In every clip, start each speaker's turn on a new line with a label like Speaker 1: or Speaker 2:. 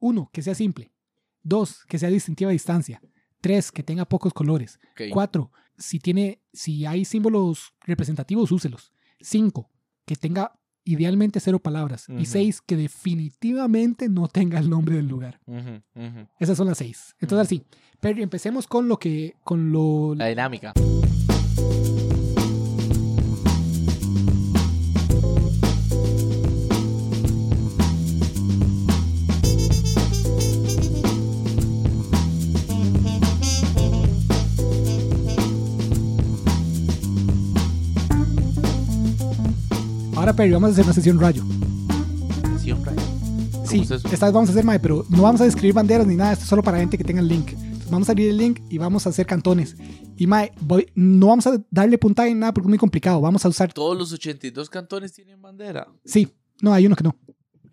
Speaker 1: Uno, que sea simple. Dos, que sea distintiva a distancia. Tres, que tenga pocos colores.
Speaker 2: Ok.
Speaker 1: Cuatro, si tiene, si hay símbolos representativos, úselos. Cinco, que tenga idealmente cero palabras.
Speaker 2: Ujú.
Speaker 1: Y seis, que definitivamente no tenga el nombre del lugar.
Speaker 2: Ujú, ujú.
Speaker 1: Esas son las seis. Entonces, así, Perry, empecemos con lo que, con lo,
Speaker 2: La dinámica.
Speaker 1: Ahora, Perry, vamos a hacer una sesión rayo.
Speaker 2: Siempre. ¿Cómo
Speaker 1: Sí,
Speaker 2: es eso?
Speaker 1: esta vez vamos a hacer mae, pero no vamos a describir banderas ni nada, esto es solo para gente que tenga el link. Entonces, vamos a abrir el link y vamos a hacer cantones. Y mae, voy- no vamos a darle puntaje ni nada porque es muy complicado. Vamos a usar.
Speaker 2: Todos los 82 cantones tienen bandera.
Speaker 1: Sí, no, hay uno que no.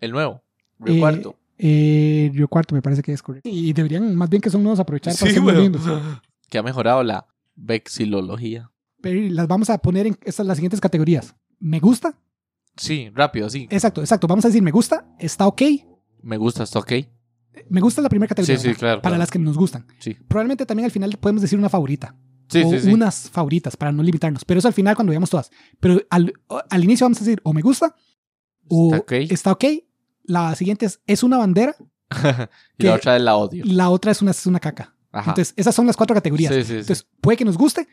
Speaker 2: El nuevo.
Speaker 1: Eh,
Speaker 2: Río Cuarto.
Speaker 1: Eh, Río Cuarto, me parece que es correcto. Y deberían, más bien que son nuevos, aprovechar para hacer unos
Speaker 2: weón.
Speaker 1: lindos.
Speaker 2: Que ha mejorado la vexilología.
Speaker 1: Perry, las vamos a poner en estas, las siguientes categorías. Me gusta,
Speaker 2: Sí, rápido, sí.
Speaker 1: exacto, exacto. Vamos a decir me gusta, está ok.
Speaker 2: Me gusta, está ok.
Speaker 1: Me gusta es la primera categoría.
Speaker 2: Sí, sí,
Speaker 1: ¿verdad?
Speaker 2: claro.
Speaker 1: Para
Speaker 2: claro.
Speaker 1: las que nos gustan.
Speaker 2: Sí,
Speaker 1: Probablemente también al final podemos decir una favorita.
Speaker 2: sí,
Speaker 1: o
Speaker 2: sí. sí.
Speaker 1: unas favoritas para no limitarnos. Pero eso al final cuando veamos todas. Pero al, al inicio vamos a decir o me gusta o
Speaker 2: Está ok.
Speaker 1: está ok. La siguiente es es una bandera,
Speaker 2: y la
Speaker 1: que-
Speaker 2: otra es la odio.
Speaker 1: la otra es una, es una caca.
Speaker 2: Ajá.
Speaker 1: Entonces, esas son las cuatro categorías.
Speaker 2: Sí, sí, sí.
Speaker 1: Entonces, puede que nos guste,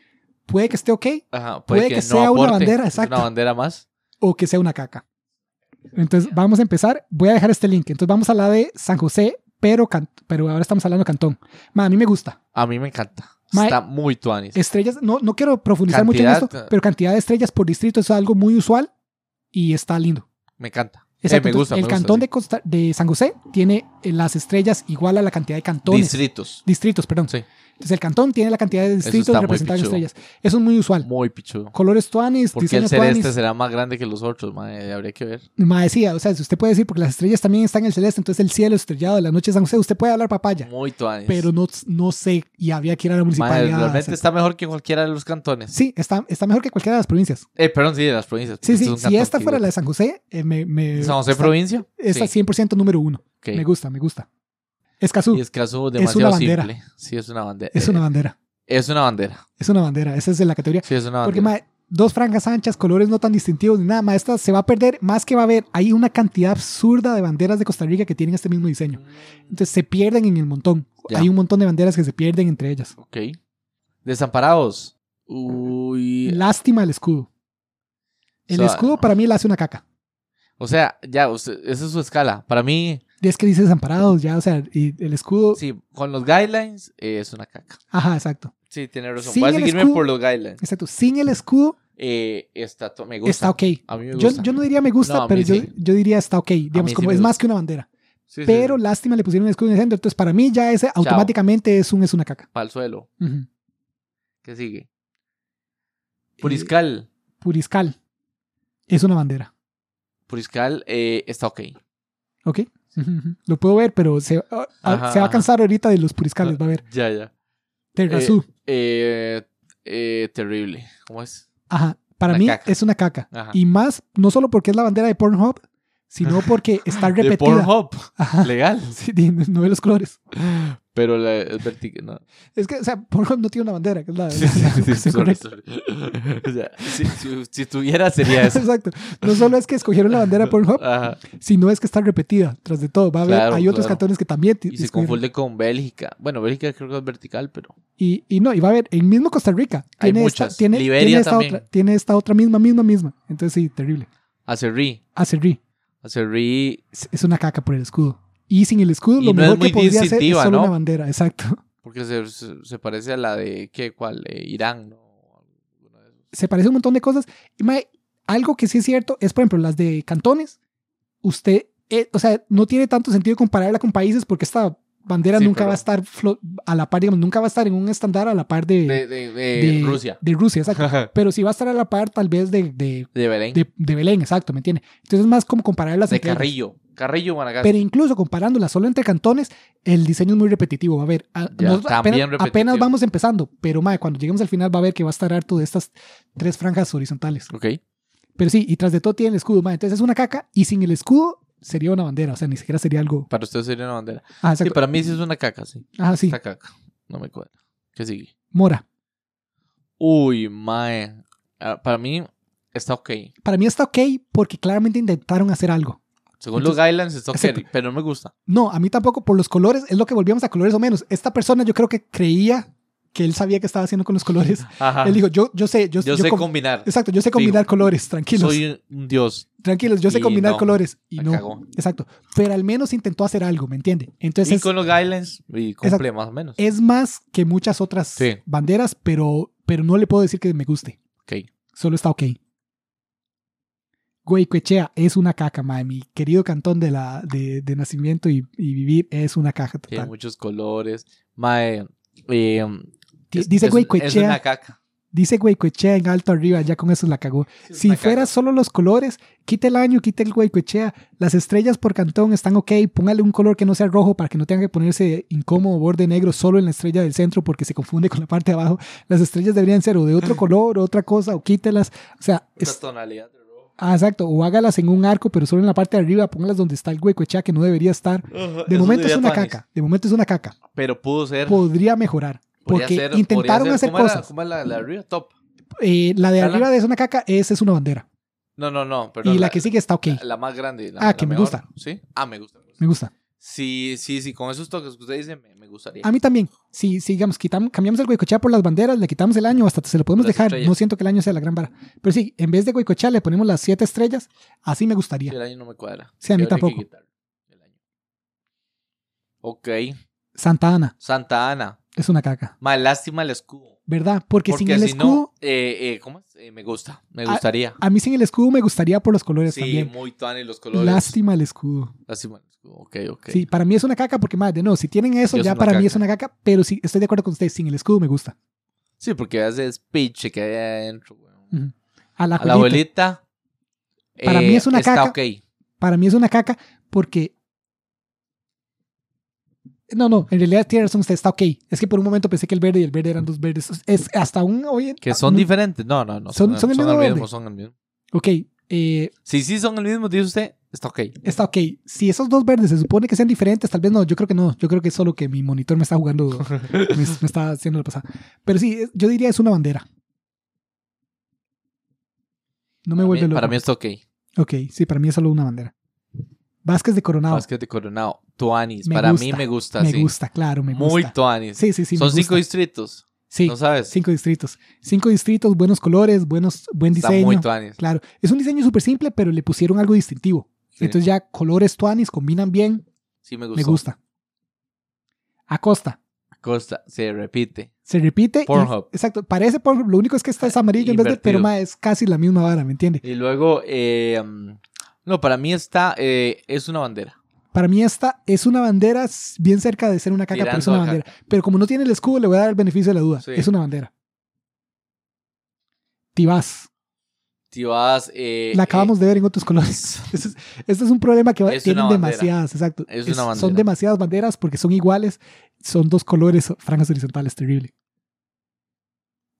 Speaker 1: puede que esté ok
Speaker 2: Ajá,
Speaker 1: puede que sea una
Speaker 2: aporte,
Speaker 1: bandera,
Speaker 2: es
Speaker 1: exacto.
Speaker 2: Una bandera más.
Speaker 1: o que sea una caca. Entonces, vamos a empezar. Voy a dejar este link. Entonces, vamos a la de San José, pero, can- pero ahora estamos hablando de Cantón. Ma, a mí me gusta.
Speaker 2: A mí me encanta.
Speaker 1: Ma-
Speaker 2: Está muy tuanis.
Speaker 1: Estrellas, no, no quiero profundizar mucho en
Speaker 2: Cantidad,
Speaker 1: esto,
Speaker 2: eh.
Speaker 1: pero cantidad de estrellas por distrito es algo muy usual y está lindo.
Speaker 2: Me encanta. Eh,
Speaker 1: Exacto,
Speaker 2: me gusta.
Speaker 1: entonces, el cantón de, Costa- de San José tiene eh, las estrellas igual a la cantidad de cantones.
Speaker 2: Distritos.
Speaker 1: distritos, perdón.
Speaker 2: Sí.
Speaker 1: Entonces el cantón tiene la cantidad de distritos
Speaker 2: está muy
Speaker 1: representados en
Speaker 2: pichudo.
Speaker 1: estrellas. Eso es muy usual.
Speaker 2: Muy pichudo.
Speaker 1: Colores tuanis,
Speaker 2: Porque el
Speaker 1: diseño
Speaker 2: celeste
Speaker 1: tuanis.
Speaker 2: será más grande que los otros, mae, habría que ver.
Speaker 1: Ma, decía, o sea, si usted puede decir, porque las estrellas también están en el celeste, entonces el cielo estrellado de la noche de San José, usted puede hablar papaya,
Speaker 2: Muy tuanis.
Speaker 1: pero no, no sé, y había que ir a la
Speaker 2: Mae,
Speaker 1: municipalidad.
Speaker 2: realmente
Speaker 1: o sea.
Speaker 2: está mejor que en cualquiera de los cantones.
Speaker 1: Sí, está, está mejor que cualquiera de las provincias.
Speaker 2: Eh, perdón, sí, de las provincias.
Speaker 1: Sí,
Speaker 2: porque
Speaker 1: sí,
Speaker 2: esto es un
Speaker 1: si
Speaker 2: cantón
Speaker 1: esta fuera la
Speaker 2: gigante.
Speaker 1: de San José, eh, me, me-
Speaker 2: San José
Speaker 1: está-
Speaker 2: provincia.
Speaker 1: Está
Speaker 2: sí.
Speaker 1: 100% número uno.
Speaker 2: ok.
Speaker 1: Me gusta, me gusta. Escazú,
Speaker 2: Y
Speaker 1: es,
Speaker 2: es caso demasiado
Speaker 1: una bandera.
Speaker 2: simple. Sí, es una bandera.
Speaker 1: una
Speaker 2: Eh,
Speaker 1: bandera.
Speaker 2: es una bandera.
Speaker 1: Es una bandera, esa es de la categoría.
Speaker 2: Sí, es una
Speaker 1: Porque,
Speaker 2: bandera.
Speaker 1: mae, dos franjas anchas, colores no tan distintivos ni nada, mae, esta se va a perder. Más que va a haber, hay una cantidad absurda de banderas de Costa Rica que tienen este mismo diseño. Entonces se pierden en el montón.
Speaker 2: Ya.
Speaker 1: Hay un montón de banderas que se pierden entre ellas.
Speaker 2: Ok. Desamparados. Uy.
Speaker 1: Lástima el escudo. El
Speaker 2: O eh, sea,
Speaker 1: escudo para mí le hace una caca.
Speaker 2: O sea, ya, usted- esa es su escala. Para mí,
Speaker 1: Y es que dice desamparados, ya, o sea, y el escudo.
Speaker 2: sí, con los guidelines eh, es una caca.
Speaker 1: Ajá, exacto.
Speaker 2: Sí, tiene razón.
Speaker 1: Sin
Speaker 2: Voy a
Speaker 1: el
Speaker 2: seguirme
Speaker 1: escudo-
Speaker 2: por los guidelines.
Speaker 1: Exacto. Sin el escudo
Speaker 2: Eh, está, to- me gusta.
Speaker 1: está ok.
Speaker 2: A mí me
Speaker 1: Yo,
Speaker 2: gusta.
Speaker 1: yo no diría me gusta,
Speaker 2: No, a mí
Speaker 1: pero yo,
Speaker 2: sí.
Speaker 1: yo diría está ok. Digamos,
Speaker 2: mí sí
Speaker 1: como
Speaker 2: me
Speaker 1: es
Speaker 2: gusta.
Speaker 1: más que una bandera.
Speaker 2: Sí, sí,
Speaker 1: Pero
Speaker 2: sí.
Speaker 1: lástima le pusieron un escudo en el centro. Entonces, para mí ya ese automáticamente es un es una caca.
Speaker 2: Pa'l suelo.
Speaker 1: Ujú.
Speaker 2: ¿Qué sigue? Puriscal.
Speaker 1: Eh, Puriscal. Es una bandera.
Speaker 2: Puriscal eh, está ok.
Speaker 1: ¿Ok? Ujú, ujú. Lo puedo ver, pero se, ah, ah,
Speaker 2: Ajá,
Speaker 1: se va a
Speaker 2: ajá.
Speaker 1: cansar ahorita de los puriscales. Va a ver.
Speaker 2: Ya, ya.
Speaker 1: Terrazú.
Speaker 2: Eh, eh, terrible. ¿Cómo es?
Speaker 1: Ajá. Para
Speaker 2: una
Speaker 1: mí
Speaker 2: caca.
Speaker 1: es una caca.
Speaker 2: Ajá.
Speaker 1: Y más, no solo porque es la bandera de Pornhub, sino porque está
Speaker 2: De
Speaker 1: repetida.
Speaker 2: Pornhub.
Speaker 1: Ajá.
Speaker 2: Legal.
Speaker 1: Sí, di- no ve los colores.
Speaker 2: Pero la, es vertical. No.
Speaker 1: Es que, o sea, Pornhub no tiene una bandera. que es la-
Speaker 2: Sí, sí, sí,
Speaker 1: la-
Speaker 2: sí,
Speaker 1: la-
Speaker 2: sorry, sorry. O sea, si, si- si tuviera sería eso.
Speaker 1: Exacto. No solo es que escogieron la bandera de Pornhub,
Speaker 2: Ajá.
Speaker 1: sino es que está repetida. Tras de todo, va a haber,
Speaker 2: Claro,
Speaker 1: hay otros
Speaker 2: claro.
Speaker 1: cantones que también ti-
Speaker 2: Y se
Speaker 1: escogieron.
Speaker 2: confunde con Bélgica. Bueno, Bélgica creo que es vertical, pero.
Speaker 1: Y, y no, y va a haber, el mismo Costa Rica.
Speaker 2: Hay
Speaker 1: Tiene
Speaker 2: muchas.
Speaker 1: Esta, tiene,
Speaker 2: Liberia
Speaker 1: tiene esta
Speaker 2: también.
Speaker 1: otra, tiene esta otra misma, misma, misma. Entonces sí, terrible.
Speaker 2: Acerrí.
Speaker 1: Acerri
Speaker 2: Acerrí.
Speaker 1: es, es una caca por el escudo. Y sin el escudo,
Speaker 2: Y
Speaker 1: lo
Speaker 2: no
Speaker 1: mejor
Speaker 2: es
Speaker 1: que
Speaker 2: muy
Speaker 1: podría hacer es
Speaker 2: distintiva,
Speaker 1: solo
Speaker 2: ¿no?
Speaker 1: una bandera, exacto.
Speaker 2: Porque se, se- se parece a la de. ¿Qué? ¿Cuál? Eh, Irán, ¿no? Alguna de esas.
Speaker 1: Se parece un montón de cosas. Y mae, algo que sí es cierto es, por ejemplo, las de cantones. Usted, eh, o sea, no tiene tanto sentido compararla con países porque esta bandera
Speaker 2: Sí,
Speaker 1: nunca
Speaker 2: pero-
Speaker 1: va a estar flo- a la par, digamos, nunca va a estar en un estándar a la par de,
Speaker 2: De, de, de
Speaker 1: de-
Speaker 2: Rusia.
Speaker 1: De Rusia, exacto. Pero sí va a estar a la par tal vez de- de
Speaker 2: De Belén. De,
Speaker 1: de, de Belén, exacto, ¿me entiendes? Entonces es más como compararlas entre ellas.
Speaker 2: Carrillo. Carrillo, Guanacaste.
Speaker 1: Pero incluso comparándolas solo entre cantones, el diseño es muy repetitivo. Va a ver, a-
Speaker 2: Ya,
Speaker 1: nos-
Speaker 2: también
Speaker 1: apenas,
Speaker 2: repetitivo.
Speaker 1: apenas vamos empezando, pero mae, cuando lleguemos al final va a ver que va a estar harto de estas tres franjas horizontales.
Speaker 2: Ok.
Speaker 1: Pero sí, y tras de todo tiene el escudo, mae. Entonces es una caca y sin el escudo sería una bandera, o sea, ni siquiera sería algo.
Speaker 2: Para usted sería una bandera.
Speaker 1: Ah,
Speaker 2: Sí,
Speaker 1: exacto.
Speaker 2: para mí sí es una caca, sí.
Speaker 1: Ajá, sí,
Speaker 2: Esta caca. No me cuadra. ¿Qué sigue?
Speaker 1: mora.
Speaker 2: Uy, mae. Ah, Para mí está ok.
Speaker 1: Para mí está ok porque claramente intentaron hacer algo.
Speaker 2: Según
Speaker 1: Entonces-
Speaker 2: los guidelines está ok,
Speaker 1: Exacto.
Speaker 2: pero no me gusta.
Speaker 1: No, a mí tampoco por los colores, es lo que volvíamos a colores o menos. Esta persona yo creo que creía que él sabía qué estaba haciendo con los colores.
Speaker 2: Ajá.
Speaker 1: Él dijo, yo, yo sé, yo,
Speaker 2: Ah. yo,
Speaker 1: yo
Speaker 2: sé
Speaker 1: com-
Speaker 2: combinar.
Speaker 1: Exacto, yo sé combinar colores, tranquilos.
Speaker 2: Soy un dios.
Speaker 1: Tranquilos, yo sé
Speaker 2: Y
Speaker 1: combinar
Speaker 2: no,
Speaker 1: colores. Y
Speaker 2: la
Speaker 1: no.
Speaker 2: cagó.
Speaker 1: Exacto. Pero al menos intentó hacer algo, ¿me entiende? Entonces
Speaker 2: y
Speaker 1: Pues es,
Speaker 2: con los guidelines y cumple
Speaker 1: Exacto. Eh,
Speaker 2: más o menos.
Speaker 1: es más que muchas otras
Speaker 2: Sí.
Speaker 1: banderas, pero, pero no le puedo decir que me guste.
Speaker 2: Ok.
Speaker 1: Solo está ok. Güey, Cuechea es una caca, ma. Mi querido cantón de, la, de, de nacimiento y, y vivir es una caja
Speaker 2: Tiene
Speaker 1: total.
Speaker 2: muchos colores. Mae. eh,
Speaker 1: Di-
Speaker 2: es-
Speaker 1: dice
Speaker 2: es-
Speaker 1: güey,
Speaker 2: Es una
Speaker 1: Cuechea.
Speaker 2: caca.
Speaker 1: Dice güey, Cuechea en alto arriba. Ya con eso la cagó.
Speaker 2: Es
Speaker 1: Si
Speaker 2: una
Speaker 1: fuera
Speaker 2: caca.
Speaker 1: solo los colores, quite el año, quite el guaycochea. Las estrellas por cantón están ok. Póngale un color que no sea rojo para que no tenga que ponerse incómodo borde negro solo en la estrella del centro porque se confunde con la parte de abajo. Las estrellas deberían ser o de otro color, o otra cosa, o quítelas. O sea,
Speaker 2: Esa
Speaker 1: es-
Speaker 2: tonalidad de rojo.
Speaker 1: ah, exacto. O hágalas en un arco, pero solo en la parte de arriba. Póngalas donde está el guaycochea que no debería estar.
Speaker 2: Ajá,
Speaker 1: De
Speaker 2: eso
Speaker 1: momento es
Speaker 2: diría
Speaker 1: una
Speaker 2: Panis.
Speaker 1: caca. De momento es una caca.
Speaker 2: Pero pudo ser.
Speaker 1: Podría mejorar.
Speaker 2: podría
Speaker 1: Porque
Speaker 2: ser-
Speaker 1: intentaron
Speaker 2: podría ser-
Speaker 1: hacer
Speaker 2: ¿cómo era-
Speaker 1: cosas.
Speaker 2: ¿Cómo es la, la de arriba? Top.
Speaker 1: Eh, la de
Speaker 2: Ala.
Speaker 1: arriba de es una caca, esa es una bandera.
Speaker 2: No, no, no. Pero
Speaker 1: Y la que sigue está ok.
Speaker 2: La, la más grande. la-
Speaker 1: Ah,
Speaker 2: la
Speaker 1: que me
Speaker 2: mejor.
Speaker 1: gusta.
Speaker 2: Sí. Ah, me gusta.
Speaker 1: Me gusta.
Speaker 2: Sí, sí, sí. Con esos toques que usted dice, me, me gustaría.
Speaker 1: A mí también. Si, si digamos, quitamos, cambiamos el Goicochea por las banderas, le quitamos el año, hasta se lo podemos
Speaker 2: Las
Speaker 1: dejar.
Speaker 2: estrellas.
Speaker 1: No siento que el año sea la gran vara. Pero sí, en vez de Goicochea le ponemos las siete estrellas, así me
Speaker 2: Sí,
Speaker 1: gustaría.
Speaker 2: el año no me cuadra.
Speaker 1: Sí, a mí
Speaker 2: Habría que
Speaker 1: tampoco.
Speaker 2: quitarlo, el año. Ok.
Speaker 1: Santa Ana
Speaker 2: Santa Ana.
Speaker 1: es una caca,
Speaker 2: Más lástima el escudo.
Speaker 1: ¿verdad? Porque, sin
Speaker 2: Porque
Speaker 1: el
Speaker 2: si
Speaker 1: escudo,
Speaker 2: no, eh, eh, ¿cómo es? Eh, me gusta, me
Speaker 1: Ah,
Speaker 2: gustaría.
Speaker 1: a mí sin el escudo me gustaría por los colores
Speaker 2: sí,
Speaker 1: también.
Speaker 2: muy tuanes los colores.
Speaker 1: Lástima el escudo.
Speaker 2: Lástima el escudo. Ok, ok.
Speaker 1: Sí, para mí es una caca porque más de no, si tienen eso
Speaker 2: Yo es
Speaker 1: ya
Speaker 2: una
Speaker 1: para mí
Speaker 2: caca.
Speaker 1: es una caca, pero sí estoy de acuerdo con ustedes, sin el escudo me gusta.
Speaker 2: Sí, porque hace speech que hay adentro, weón.
Speaker 1: Ujú. A la,
Speaker 2: A la
Speaker 1: abuelita.
Speaker 2: abuelita. eh,
Speaker 1: Para mí es una
Speaker 2: está
Speaker 1: caca.
Speaker 2: ok.
Speaker 1: Para mí es una caca porque. No, no, en realidad tiene razón usted, está ok. Es que por un momento pensé que el verde y el verde eran dos verdes. Es hasta un. Oye, ah,
Speaker 2: Que son
Speaker 1: no-
Speaker 2: diferentes. No, no, no.
Speaker 1: Son- son el mismo verde.
Speaker 2: son el mismo.
Speaker 1: Ok, eh,
Speaker 2: Si sí son el mismo, dice usted, está ok.
Speaker 1: está ok. Si esos dos verdes se supone que sean diferentes, tal vez no. Yo creo que no. Yo creo que es solo que mi monitor me está jugando. me, me está haciendo la pasada. Pero sí, es- yo diría es una bandera. No me
Speaker 2: Para mí-
Speaker 1: vuelve loco.
Speaker 2: Para mí está ok.
Speaker 1: Ok, sí, para mí es solo una bandera. Vázquez de Coronado.
Speaker 2: Vázquez de Coronado. Tuanis.
Speaker 1: Ah. Me
Speaker 2: Para mí
Speaker 1: gusta,
Speaker 2: me gusta,
Speaker 1: me
Speaker 2: sí.
Speaker 1: gusta, claro, me
Speaker 2: Muy
Speaker 1: gusta.
Speaker 2: Tuanis.
Speaker 1: Sí, sí, sí. me
Speaker 2: son cinco
Speaker 1: gusta.
Speaker 2: distritos.
Speaker 1: Sí.
Speaker 2: ¿No sabes?
Speaker 1: Cinco distritos. Cinco distritos, buenos colores, buenos, buen
Speaker 2: Está
Speaker 1: diseño.
Speaker 2: muy Tuanis.
Speaker 1: claro. Es un diseño súper simple, pero le pusieron algo distintivo.
Speaker 2: Sí.
Speaker 1: Entonces ya colores tuanis combinan bien.
Speaker 2: Sí, me
Speaker 1: Me
Speaker 2: gustó.
Speaker 1: gusta. Acosta.
Speaker 2: Costa, se repite.
Speaker 1: Se repite. y-
Speaker 2: Pornhub.
Speaker 1: exacto. Parece Pornhub. Lo único es que esta es amarillo en vez de
Speaker 2: Invertido.
Speaker 1: perma. Es casi la misma vara, ¿me entiende?
Speaker 2: Y luego, eh, mm, no, para mí está, eh, es una bandera.
Speaker 1: Para mí esta es una bandera s- bien cerca de ser una caca, pero es
Speaker 2: Tirando
Speaker 1: una
Speaker 2: a
Speaker 1: bandera. Pero como no tiene el escudo, le voy a dar el beneficio de la duda.
Speaker 2: Sí.
Speaker 1: Es una bandera. Tibás.
Speaker 2: Si vas, eh,
Speaker 1: La acabamos de ver en otros colores.
Speaker 2: eh,
Speaker 1: Este es, este es un problema que va-
Speaker 2: Es
Speaker 1: tienen
Speaker 2: una bandera.
Speaker 1: demasiadas, exacto.
Speaker 2: Es una bandera.
Speaker 1: Son demasiadas banderas porque son iguales, son dos colores, franjas horizontales, terrible.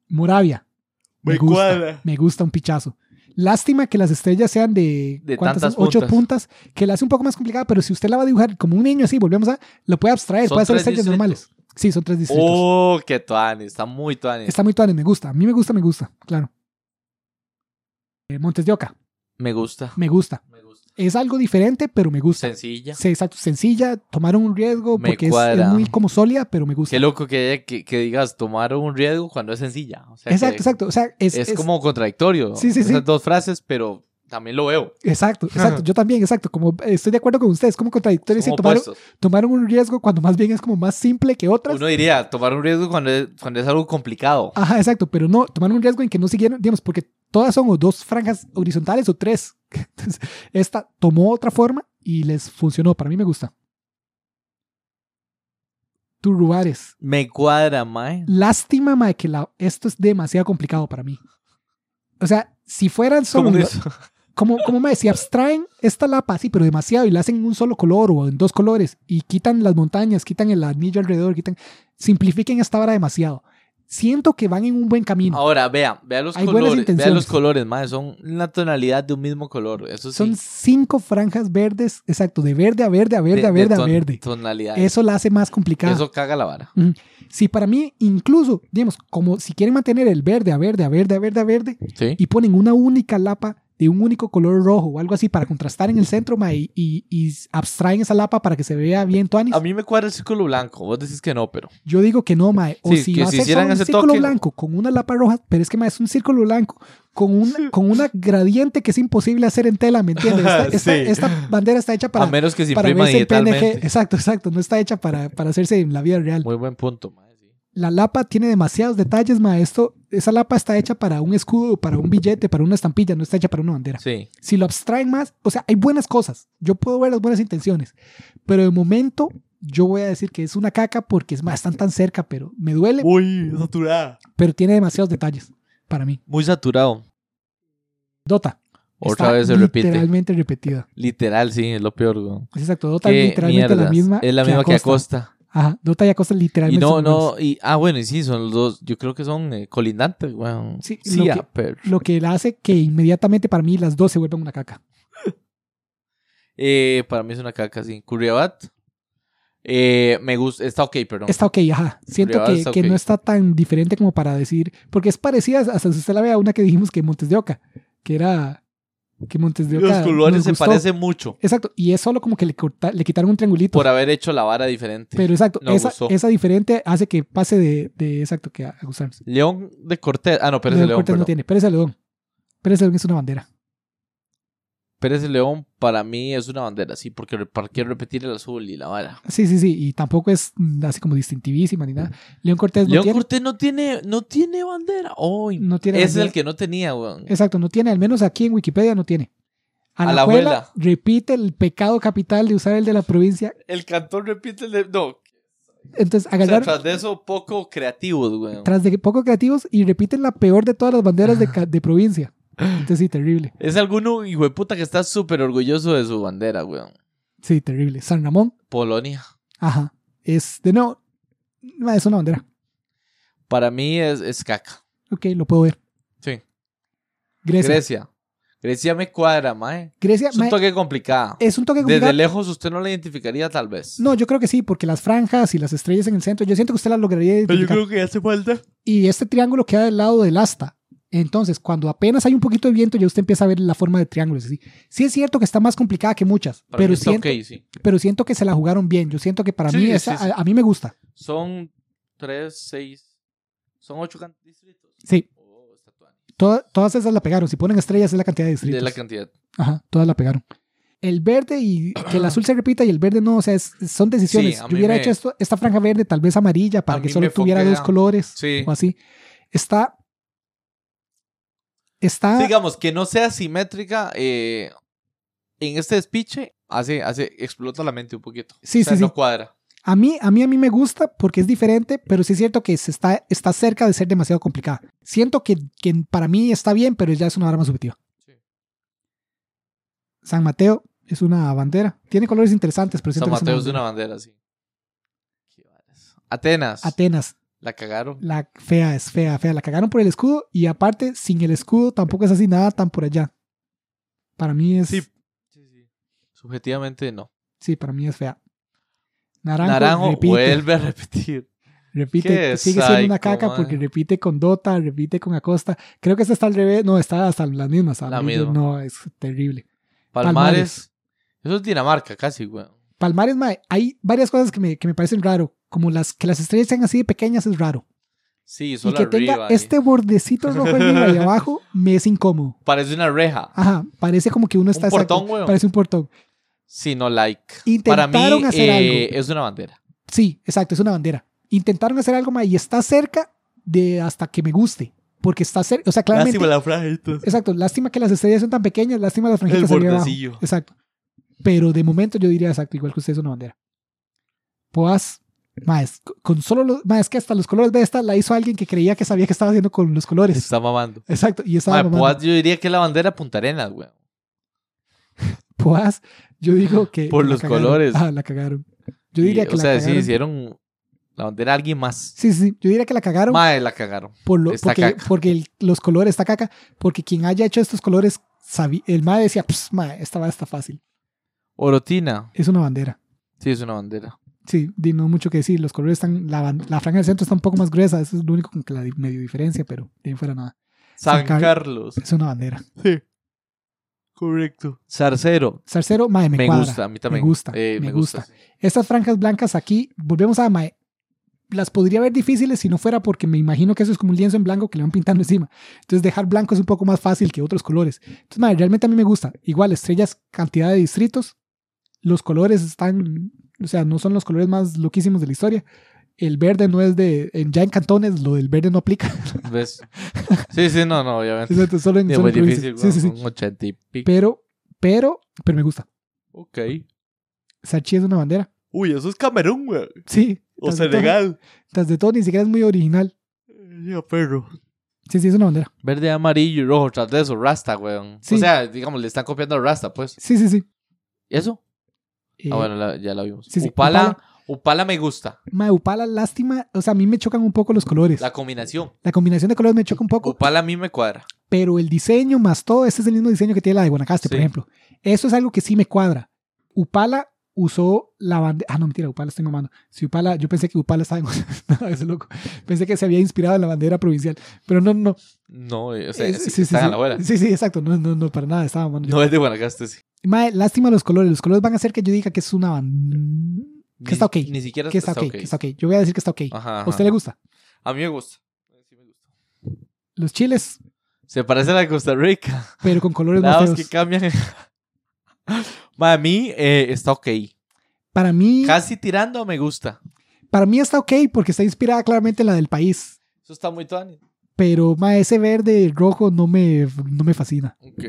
Speaker 1: Moravia. Me,
Speaker 2: Me
Speaker 1: gusta,
Speaker 2: cuadra.
Speaker 1: me gusta un pichazo. Lástima que las estrellas sean de,
Speaker 2: De
Speaker 1: ¿cuántas
Speaker 2: tantas
Speaker 1: son? ocho
Speaker 2: puntas.
Speaker 1: puntas, que la hace un poco más complicada, pero si usted la va a dibujar como un niño así, volvemos a, lo puede abstraer,
Speaker 2: Son
Speaker 1: puede hacer
Speaker 2: tres
Speaker 1: estrellas
Speaker 2: distritos.
Speaker 1: normales. Sí, son tres distritos.
Speaker 2: oh, qué tuani, está muy tuani.
Speaker 1: Está muy tuanes, me gusta. A mí me gusta, me gusta, claro. Eh, Montes de Oca,
Speaker 2: Me gusta,
Speaker 1: me gusta.
Speaker 2: me gusta.
Speaker 1: Es algo diferente, pero me gusta.
Speaker 2: Sencilla.
Speaker 1: Sí, exacto, sencilla, tomaron un riesgo
Speaker 2: Me
Speaker 1: porque es,
Speaker 2: cuadra.
Speaker 1: es muy como sólida, pero me gusta.
Speaker 2: Qué loco que, haya- que, que digas tomar un riesgo cuando es sencilla. O sea,
Speaker 1: exacto,
Speaker 2: que
Speaker 1: exacto. O sea, es,
Speaker 2: Es,
Speaker 1: es-
Speaker 2: como contradictorio.
Speaker 1: Sí, sí,
Speaker 2: Esas
Speaker 1: sí.
Speaker 2: dos frases, pero también lo veo.
Speaker 1: Exacto, exacto. Yo también, exacto. Como eh, estoy de acuerdo con ustedes, como contradictorio
Speaker 2: Como
Speaker 1: si tomaron,
Speaker 2: opuestos.
Speaker 1: tomaron un riesgo cuando más bien es como más simple que otras.
Speaker 2: Uno diría tomar un riesgo cuando es, cuando es algo complicado.
Speaker 1: Ajá, exacto, pero no, tomaron un riesgo en que no siguieron, digamos, porque todas son o dos franjas horizontales o tres. Entonces, esta tomó otra forma y les funcionó. Para mí me gusta. Turruares.
Speaker 2: Me cuadra, mae.
Speaker 1: Lástima, mae, que la- esto es demasiado complicado para mí. O sea, si fueran solo.
Speaker 2: ¿Cómo es?
Speaker 1: Como, como mae, si abstraen esta lapa así, pero demasiado, y la hacen en un solo color o en dos colores, y quitan las montañas, quitan el anillo alrededor, quitan. Simplifiquen esta vara demasiado. siento que van en un buen camino.
Speaker 2: Ahora, vea, vea los
Speaker 1: Hay buenas
Speaker 2: colores. Vea los
Speaker 1: intenciones.
Speaker 2: colores, madre. Son una tonalidad de un mismo color. Eso sí.
Speaker 1: Son cinco franjas verdes, exacto, de verde a verde a verde
Speaker 2: de-
Speaker 1: a
Speaker 2: de
Speaker 1: verde a
Speaker 2: ton-
Speaker 1: verde.
Speaker 2: Tonalidad. Eso,
Speaker 1: Eso la hace más complicada.
Speaker 2: caga la vara.
Speaker 1: Si para mí, incluso, digamos, como si quieren mantener el verde a verde a verde a verde a verde
Speaker 2: Sí.
Speaker 1: y ponen una única lapa de un único color rojo o algo así para contrastar en el centro ma, y, y- y abstraen esa lapa para que se vea bien Tuanis,
Speaker 2: A mí me cuadra el círculo blanco. Vos decís que no, pero.
Speaker 1: yo digo que no, mae. O
Speaker 2: Sí,
Speaker 1: si
Speaker 2: que
Speaker 1: va a
Speaker 2: si
Speaker 1: ser solo
Speaker 2: hicieran
Speaker 1: un
Speaker 2: ese
Speaker 1: círculo
Speaker 2: toque-
Speaker 1: blanco con una lapa roja, pero es que mae, es un círculo blanco con, un, con una gradiente que es imposible hacer en tela, ¿me entiendes? Esta, esta-
Speaker 2: Sí.
Speaker 1: esta bandera está hecha
Speaker 2: a
Speaker 1: para,
Speaker 2: menos que se
Speaker 1: para
Speaker 2: imprima
Speaker 1: verse en
Speaker 2: digitalmente.
Speaker 1: PNG. Exacto, exacto. No está hecha para, para hacerse en la vida real.
Speaker 2: Muy buen punto, madre. sí.
Speaker 1: La lapa tiene demasiados detalles, maestro. Esa lapa está hecha para un escudo, para un billete, para una estampilla, no está hecha para una bandera.
Speaker 2: Sí.
Speaker 1: Si lo abstraen más, o sea, hay buenas cosas. Yo puedo ver las buenas intenciones, pero de momento yo voy a decir que es una caca porque es más, están tan cerca, pero me duele,
Speaker 2: Uy, saturada.
Speaker 1: pero tiene demasiados detalles para mí.
Speaker 2: Muy saturado.
Speaker 1: Dota.
Speaker 2: Otra
Speaker 1: está
Speaker 2: vez se repite.
Speaker 1: Literalmente repetida.
Speaker 2: Literal, sí, es lo peor, güey.
Speaker 1: Exacto, Dota es
Speaker 2: Qué
Speaker 1: literalmente la
Speaker 2: mierdas.
Speaker 1: misma.
Speaker 2: Es la misma que
Speaker 1: Acosta.
Speaker 2: Acosta.
Speaker 1: Ajá, Dota y Acosta
Speaker 2: Y
Speaker 1: literalmente.
Speaker 2: no,
Speaker 1: son
Speaker 2: no,
Speaker 1: iguales.
Speaker 2: y ah, bueno, y sí, son los dos. Yo creo que son eh, colindantes, weón.
Speaker 1: Sí, lo
Speaker 2: sí, ah,
Speaker 1: que-
Speaker 2: pero-
Speaker 1: Lo que la hace que inmediatamente para mí las dos se vuelvan una caca.
Speaker 2: Eh, para mí es una caca, sí. Curriabat. Eh, me gusta. Está ok, perdón.
Speaker 1: Está ok, ajá. Siento
Speaker 2: Privada
Speaker 1: que,
Speaker 2: está
Speaker 1: que
Speaker 2: ok.
Speaker 1: no está tan diferente como para decir, porque es parecida, hasta si usted la vea, una que dijimos que Montes de Oca, que era que Montes de Oca.
Speaker 2: Los colores
Speaker 1: nos
Speaker 2: se
Speaker 1: gustó.
Speaker 2: parecen mucho
Speaker 1: Exacto, y es solo como que le, corta- le quitaron un triangulito.
Speaker 2: por haber hecho la vara diferente.
Speaker 1: pero exacto,
Speaker 2: Nos
Speaker 1: esa,
Speaker 2: gustó.
Speaker 1: esa diferente hace que pase de, de- exacto que a, a gustarnos.
Speaker 2: León de Cortés. Ah, no, Pérez de
Speaker 1: León
Speaker 2: León.
Speaker 1: Cortés no
Speaker 2: perdón.
Speaker 1: tiene, Pérez de León. Pérez de León es una bandera.
Speaker 2: Pérez de León para mí es una bandera, sí, porque re- para qué repetir el azul y la vara.
Speaker 1: Sí, sí, sí, y tampoco es mm, así como distintivísima ni nada. León Cortés Pues no
Speaker 2: León
Speaker 1: tiene.
Speaker 2: Cortés no tiene, no tiene bandera. hoy
Speaker 1: No tiene
Speaker 2: es
Speaker 1: bandera.
Speaker 2: el que no tenía, weón.
Speaker 1: Exacto, no tiene, al menos aquí en Wikipedia no tiene.
Speaker 2: la
Speaker 1: Alajuela
Speaker 2: abuela.
Speaker 1: repite el pecado capital de usar el de la provincia.
Speaker 2: El cantón repite el de. No,
Speaker 1: Entonces,
Speaker 2: O sea,
Speaker 1: agarraron
Speaker 2: tras de eso, poco creativos, güey.
Speaker 1: tras de poco creativos y repiten la peor de todas las banderas de, ca- de provincia. Entonces, sí, terrible.
Speaker 2: Es alguno, hijo de puta, que está súper orgulloso de su bandera, güey.
Speaker 1: Sí, terrible. San Ramón,
Speaker 2: Polonia.
Speaker 1: ajá. Es de nuevo, no, es una bandera.
Speaker 2: Para mí es, es caca.
Speaker 1: Ok, lo puedo ver.
Speaker 2: Sí.
Speaker 1: Grecia. Grecia,
Speaker 2: Grecia. Grecia me cuadra, mae. Es un
Speaker 1: mae,
Speaker 2: toque complicado.
Speaker 1: es un toque complicado.
Speaker 2: Desde lejos usted no la identificaría, tal vez.
Speaker 1: No, yo creo que sí, porque las franjas y las estrellas en el centro, yo siento que usted las lograría identificar.
Speaker 2: que hace falta.
Speaker 1: y este triángulo queda del lado del asta. Entonces, cuando apenas hay un poquito de viento, ya usted empieza a ver la forma de triángulos. Sí, sí es cierto que está más complicada que muchas,
Speaker 2: Para mí
Speaker 1: pero
Speaker 2: está
Speaker 1: siento,
Speaker 2: ok, sí.
Speaker 1: pero siento que se la jugaron bien. Yo siento que para
Speaker 2: Sí,
Speaker 1: mí,
Speaker 2: sí,
Speaker 1: esa-
Speaker 2: sí.
Speaker 1: A, a mí me gusta.
Speaker 2: Son tres, seis. Son ocho can- distritos.
Speaker 1: Sí.
Speaker 2: Oh, está tuani.
Speaker 1: Toda- todas esas la pegaron. Si ponen estrellas es la cantidad de
Speaker 2: de
Speaker 1: distritos.
Speaker 2: la cantidad.
Speaker 1: Ajá, todas la pegaron. El verde y que el azul se repita y el verde no, o sea, es- son decisiones.
Speaker 2: Sí, a
Speaker 1: Yo
Speaker 2: mí
Speaker 1: hubiera
Speaker 2: me-
Speaker 1: hecho esto, esta franja verde, tal vez amarilla, para
Speaker 2: A
Speaker 1: que
Speaker 2: mí
Speaker 1: solo
Speaker 2: me
Speaker 1: tuviera
Speaker 2: foquea.
Speaker 1: dos colores
Speaker 2: Sí.
Speaker 1: o así. Está. Está.
Speaker 2: digamos que no sea simétrica eh, en este despiche hace hace explota la mente un poquito
Speaker 1: Sí,
Speaker 2: O sea,
Speaker 1: sí,
Speaker 2: no
Speaker 1: sí.
Speaker 2: cuadra
Speaker 1: A mí, a mí, a mí me gusta porque es diferente, pero sí es cierto que se está, está cerca de ser demasiado complicada. Siento que, que para mí está bien, pero ya es una arma subjetiva.
Speaker 2: Sí.
Speaker 1: San Mateo es una bandera. Tiene colores interesantes, pero siento
Speaker 2: San
Speaker 1: que es una
Speaker 2: Mateo es de
Speaker 1: bandera.
Speaker 2: una bandera sí Qué varas. Atenas
Speaker 1: Atenas,
Speaker 2: la cagaron
Speaker 1: la fea es fea, fea. La cagaron por el escudo y aparte, sin el escudo tampoco es así nada tan por allá. Para mí es.
Speaker 2: Sí.
Speaker 1: Sí,
Speaker 2: subjetivamente no
Speaker 1: para mí es fea. Naranjo,
Speaker 2: Naranjo
Speaker 1: repite,
Speaker 2: vuelve a repetir
Speaker 1: Repite,
Speaker 2: Qué
Speaker 1: sigue siendo una
Speaker 2: psycho,
Speaker 1: caca
Speaker 2: man.
Speaker 1: porque repite con Dota, repite con Acosta. Creo que esta está al revés. No, está hasta las mismas.
Speaker 2: La
Speaker 1: amarillo,
Speaker 2: misma.
Speaker 1: No, es terrible.
Speaker 2: Palmares,
Speaker 1: Palmares.
Speaker 2: eso es Dinamarca casi güey
Speaker 1: Palmares, mae, hay varias cosas que me, que me parecen raro. Como las que las estrellas sean así de pequeñas es raro.
Speaker 2: sí
Speaker 1: Y
Speaker 2: solo
Speaker 1: que
Speaker 2: arriba
Speaker 1: tenga
Speaker 2: ahí.
Speaker 1: este bordecito rojo arriba y abajo me es incómodo.
Speaker 2: parece una reja
Speaker 1: Ajá, parece como que uno está exacto,
Speaker 2: portón, weón.
Speaker 1: Parece un portón.
Speaker 2: sí no like para
Speaker 1: Intentaron
Speaker 2: mí
Speaker 1: hacer
Speaker 2: eh,
Speaker 1: algo.
Speaker 2: es una bandera
Speaker 1: Sí, exacto, es una bandera. Intentaron hacer algo, mae, y está cerca de hasta que me guste. Porque está cerca, o sea, claramente.
Speaker 2: la franja
Speaker 1: Exacto, lástima que las estrellas son tan pequeñas, lástima las
Speaker 2: el
Speaker 1: franjitas arriba y abajo.
Speaker 2: bordecillo
Speaker 1: Exacto. Pero de momento yo diría exacto, igual que ustedes una bandera. Poas, más, con solo los, más que hasta los colores de esta la hizo alguien que creía que sabía que estaba haciendo con los colores.
Speaker 2: está mamando
Speaker 1: Exacto, y estaba
Speaker 2: Mae,
Speaker 1: mamando.
Speaker 2: Poas, yo diría que es la bandera Punta Arenas, güey.
Speaker 1: Poas, yo digo que
Speaker 2: Por
Speaker 1: que la
Speaker 2: los
Speaker 1: cagaron.
Speaker 2: colores.
Speaker 1: Ah, la cagaron. Yo
Speaker 2: Y,
Speaker 1: diría que
Speaker 2: O
Speaker 1: la
Speaker 2: sea, sí,
Speaker 1: cagaron.
Speaker 2: hicieron La bandera de alguien más.
Speaker 1: Sí, sí, sí. Yo diría que la cagaron
Speaker 2: Madre, la cagaron.
Speaker 1: por lo,
Speaker 2: está
Speaker 1: porque,
Speaker 2: caca.
Speaker 1: porque el- los colores, está caca. Porque quien haya hecho estos colores, sabi- el mae decía, "Ps, mae, esta va está fácil.
Speaker 2: Orotina.
Speaker 1: Es una bandera.
Speaker 2: Sí, es una bandera.
Speaker 1: Sí, di- no mucho que decir. Los colores están. La, ban- la franja del centro está un poco más gruesa. Eso es lo único con que la di- medio diferencia, pero de ahí en fuera nada.
Speaker 2: San
Speaker 1: Car-
Speaker 2: Carlos.
Speaker 1: Es una bandera.
Speaker 2: Sí. Correcto. Zarcero.
Speaker 1: Zarcero, mae, me,
Speaker 2: Me,
Speaker 1: cuadra.
Speaker 2: gusta, a mí también.
Speaker 1: Me gusta.
Speaker 2: Eh,
Speaker 1: me,
Speaker 2: me
Speaker 1: gusta.
Speaker 2: gusta.
Speaker 1: Estas franjas blancas aquí, volvemos a mae. Las podría ver difíciles si no fuera porque me imagino que eso es como un lienzo en blanco que le van pintando encima. Entonces, dejar blanco es un poco más fácil que otros colores. Entonces, mae, realmente a mí me gusta. Igual, estrellas, cantidad de distritos. Los colores están. O sea, no son los colores más loquísimos de la historia. El verde no es de. en- Ya en cantones, lo del verde no aplica.
Speaker 2: ¿Ves? Sí, sí, no, no, obviamente.
Speaker 1: Exacto, solo en,
Speaker 2: Es
Speaker 1: solo
Speaker 2: muy
Speaker 1: en provincias.
Speaker 2: difícil,
Speaker 1: Sí, sí, sí.
Speaker 2: Un 80 y pico.
Speaker 1: Pero, pero, pero me gusta.
Speaker 2: Ok.
Speaker 1: Sarchi es una bandera.
Speaker 2: Uy, eso es Camerún, güey.
Speaker 1: Sí.
Speaker 2: O
Speaker 1: tras de todo-
Speaker 2: Senegal.
Speaker 1: Tras de todo, ni siquiera es muy original.
Speaker 2: Ya, perro.
Speaker 1: Sí, sí, es una bandera.
Speaker 2: Verde, amarillo y rojo. Tras de eso, Rasta, weón.
Speaker 1: Sí.
Speaker 2: O sea, digamos, le están copiando a Rasta, pues.
Speaker 1: Sí, sí, sí.
Speaker 2: ¿Y eso?
Speaker 1: Eh,
Speaker 2: ah, bueno, la- ya la vimos.
Speaker 1: sí, sí,
Speaker 2: Upala, Upala. me gusta.
Speaker 1: mae, Upala, lástima. O sea, a mí me chocan un poco los colores.
Speaker 2: La
Speaker 1: La,
Speaker 2: combinación.
Speaker 1: combinación de colores me choca un poco,
Speaker 2: Upala a mí me cuadra.
Speaker 1: pero el diseño más todo, este es el mismo diseño que tiene la de Guanacaste, por
Speaker 2: Sí.
Speaker 1: ejemplo. Eso es algo que sí me cuadra. Upala usó la bandera. Ah, no, mentira, Upala estoy mamando. Si Upala, yo pensé que Upala estaba en. no, es loco. Pensé que se había inspirado en la bandera provincial. Pero no, no, no.
Speaker 2: No, eh, o sea,
Speaker 1: Eh,
Speaker 2: sí, están a la abuela.
Speaker 1: Sí, sí, exacto. No, no, no, para nada. Estaba mal.
Speaker 2: No es de Guanacaste, sí.
Speaker 1: Mae, lástima los colores. Los colores van a hacer que yo diga que es una ban- Que
Speaker 2: Ni-
Speaker 1: está ok.
Speaker 2: Ni siquiera
Speaker 1: Que está, ok, que está ok. Yo voy a decir que está ok.
Speaker 2: Ajá,
Speaker 1: ¿A usted
Speaker 2: Ah, ajá.
Speaker 1: le gusta?
Speaker 2: A mí me gusta. Sí me gusta.
Speaker 1: Los chiles,
Speaker 2: Se parece a la de Costa Rica.
Speaker 1: pero con colores más
Speaker 2: Nada más
Speaker 1: feos.
Speaker 2: que cambian. Ma, a mí eh, está ok.
Speaker 1: Para mí,
Speaker 2: Casi tirando me gusta.
Speaker 1: para mí está ok porque está inspirada claramente en la del país.
Speaker 2: Eso está muy tuani.
Speaker 1: Pero mae, ese verde rojo no me, no me fascina.
Speaker 2: Ok.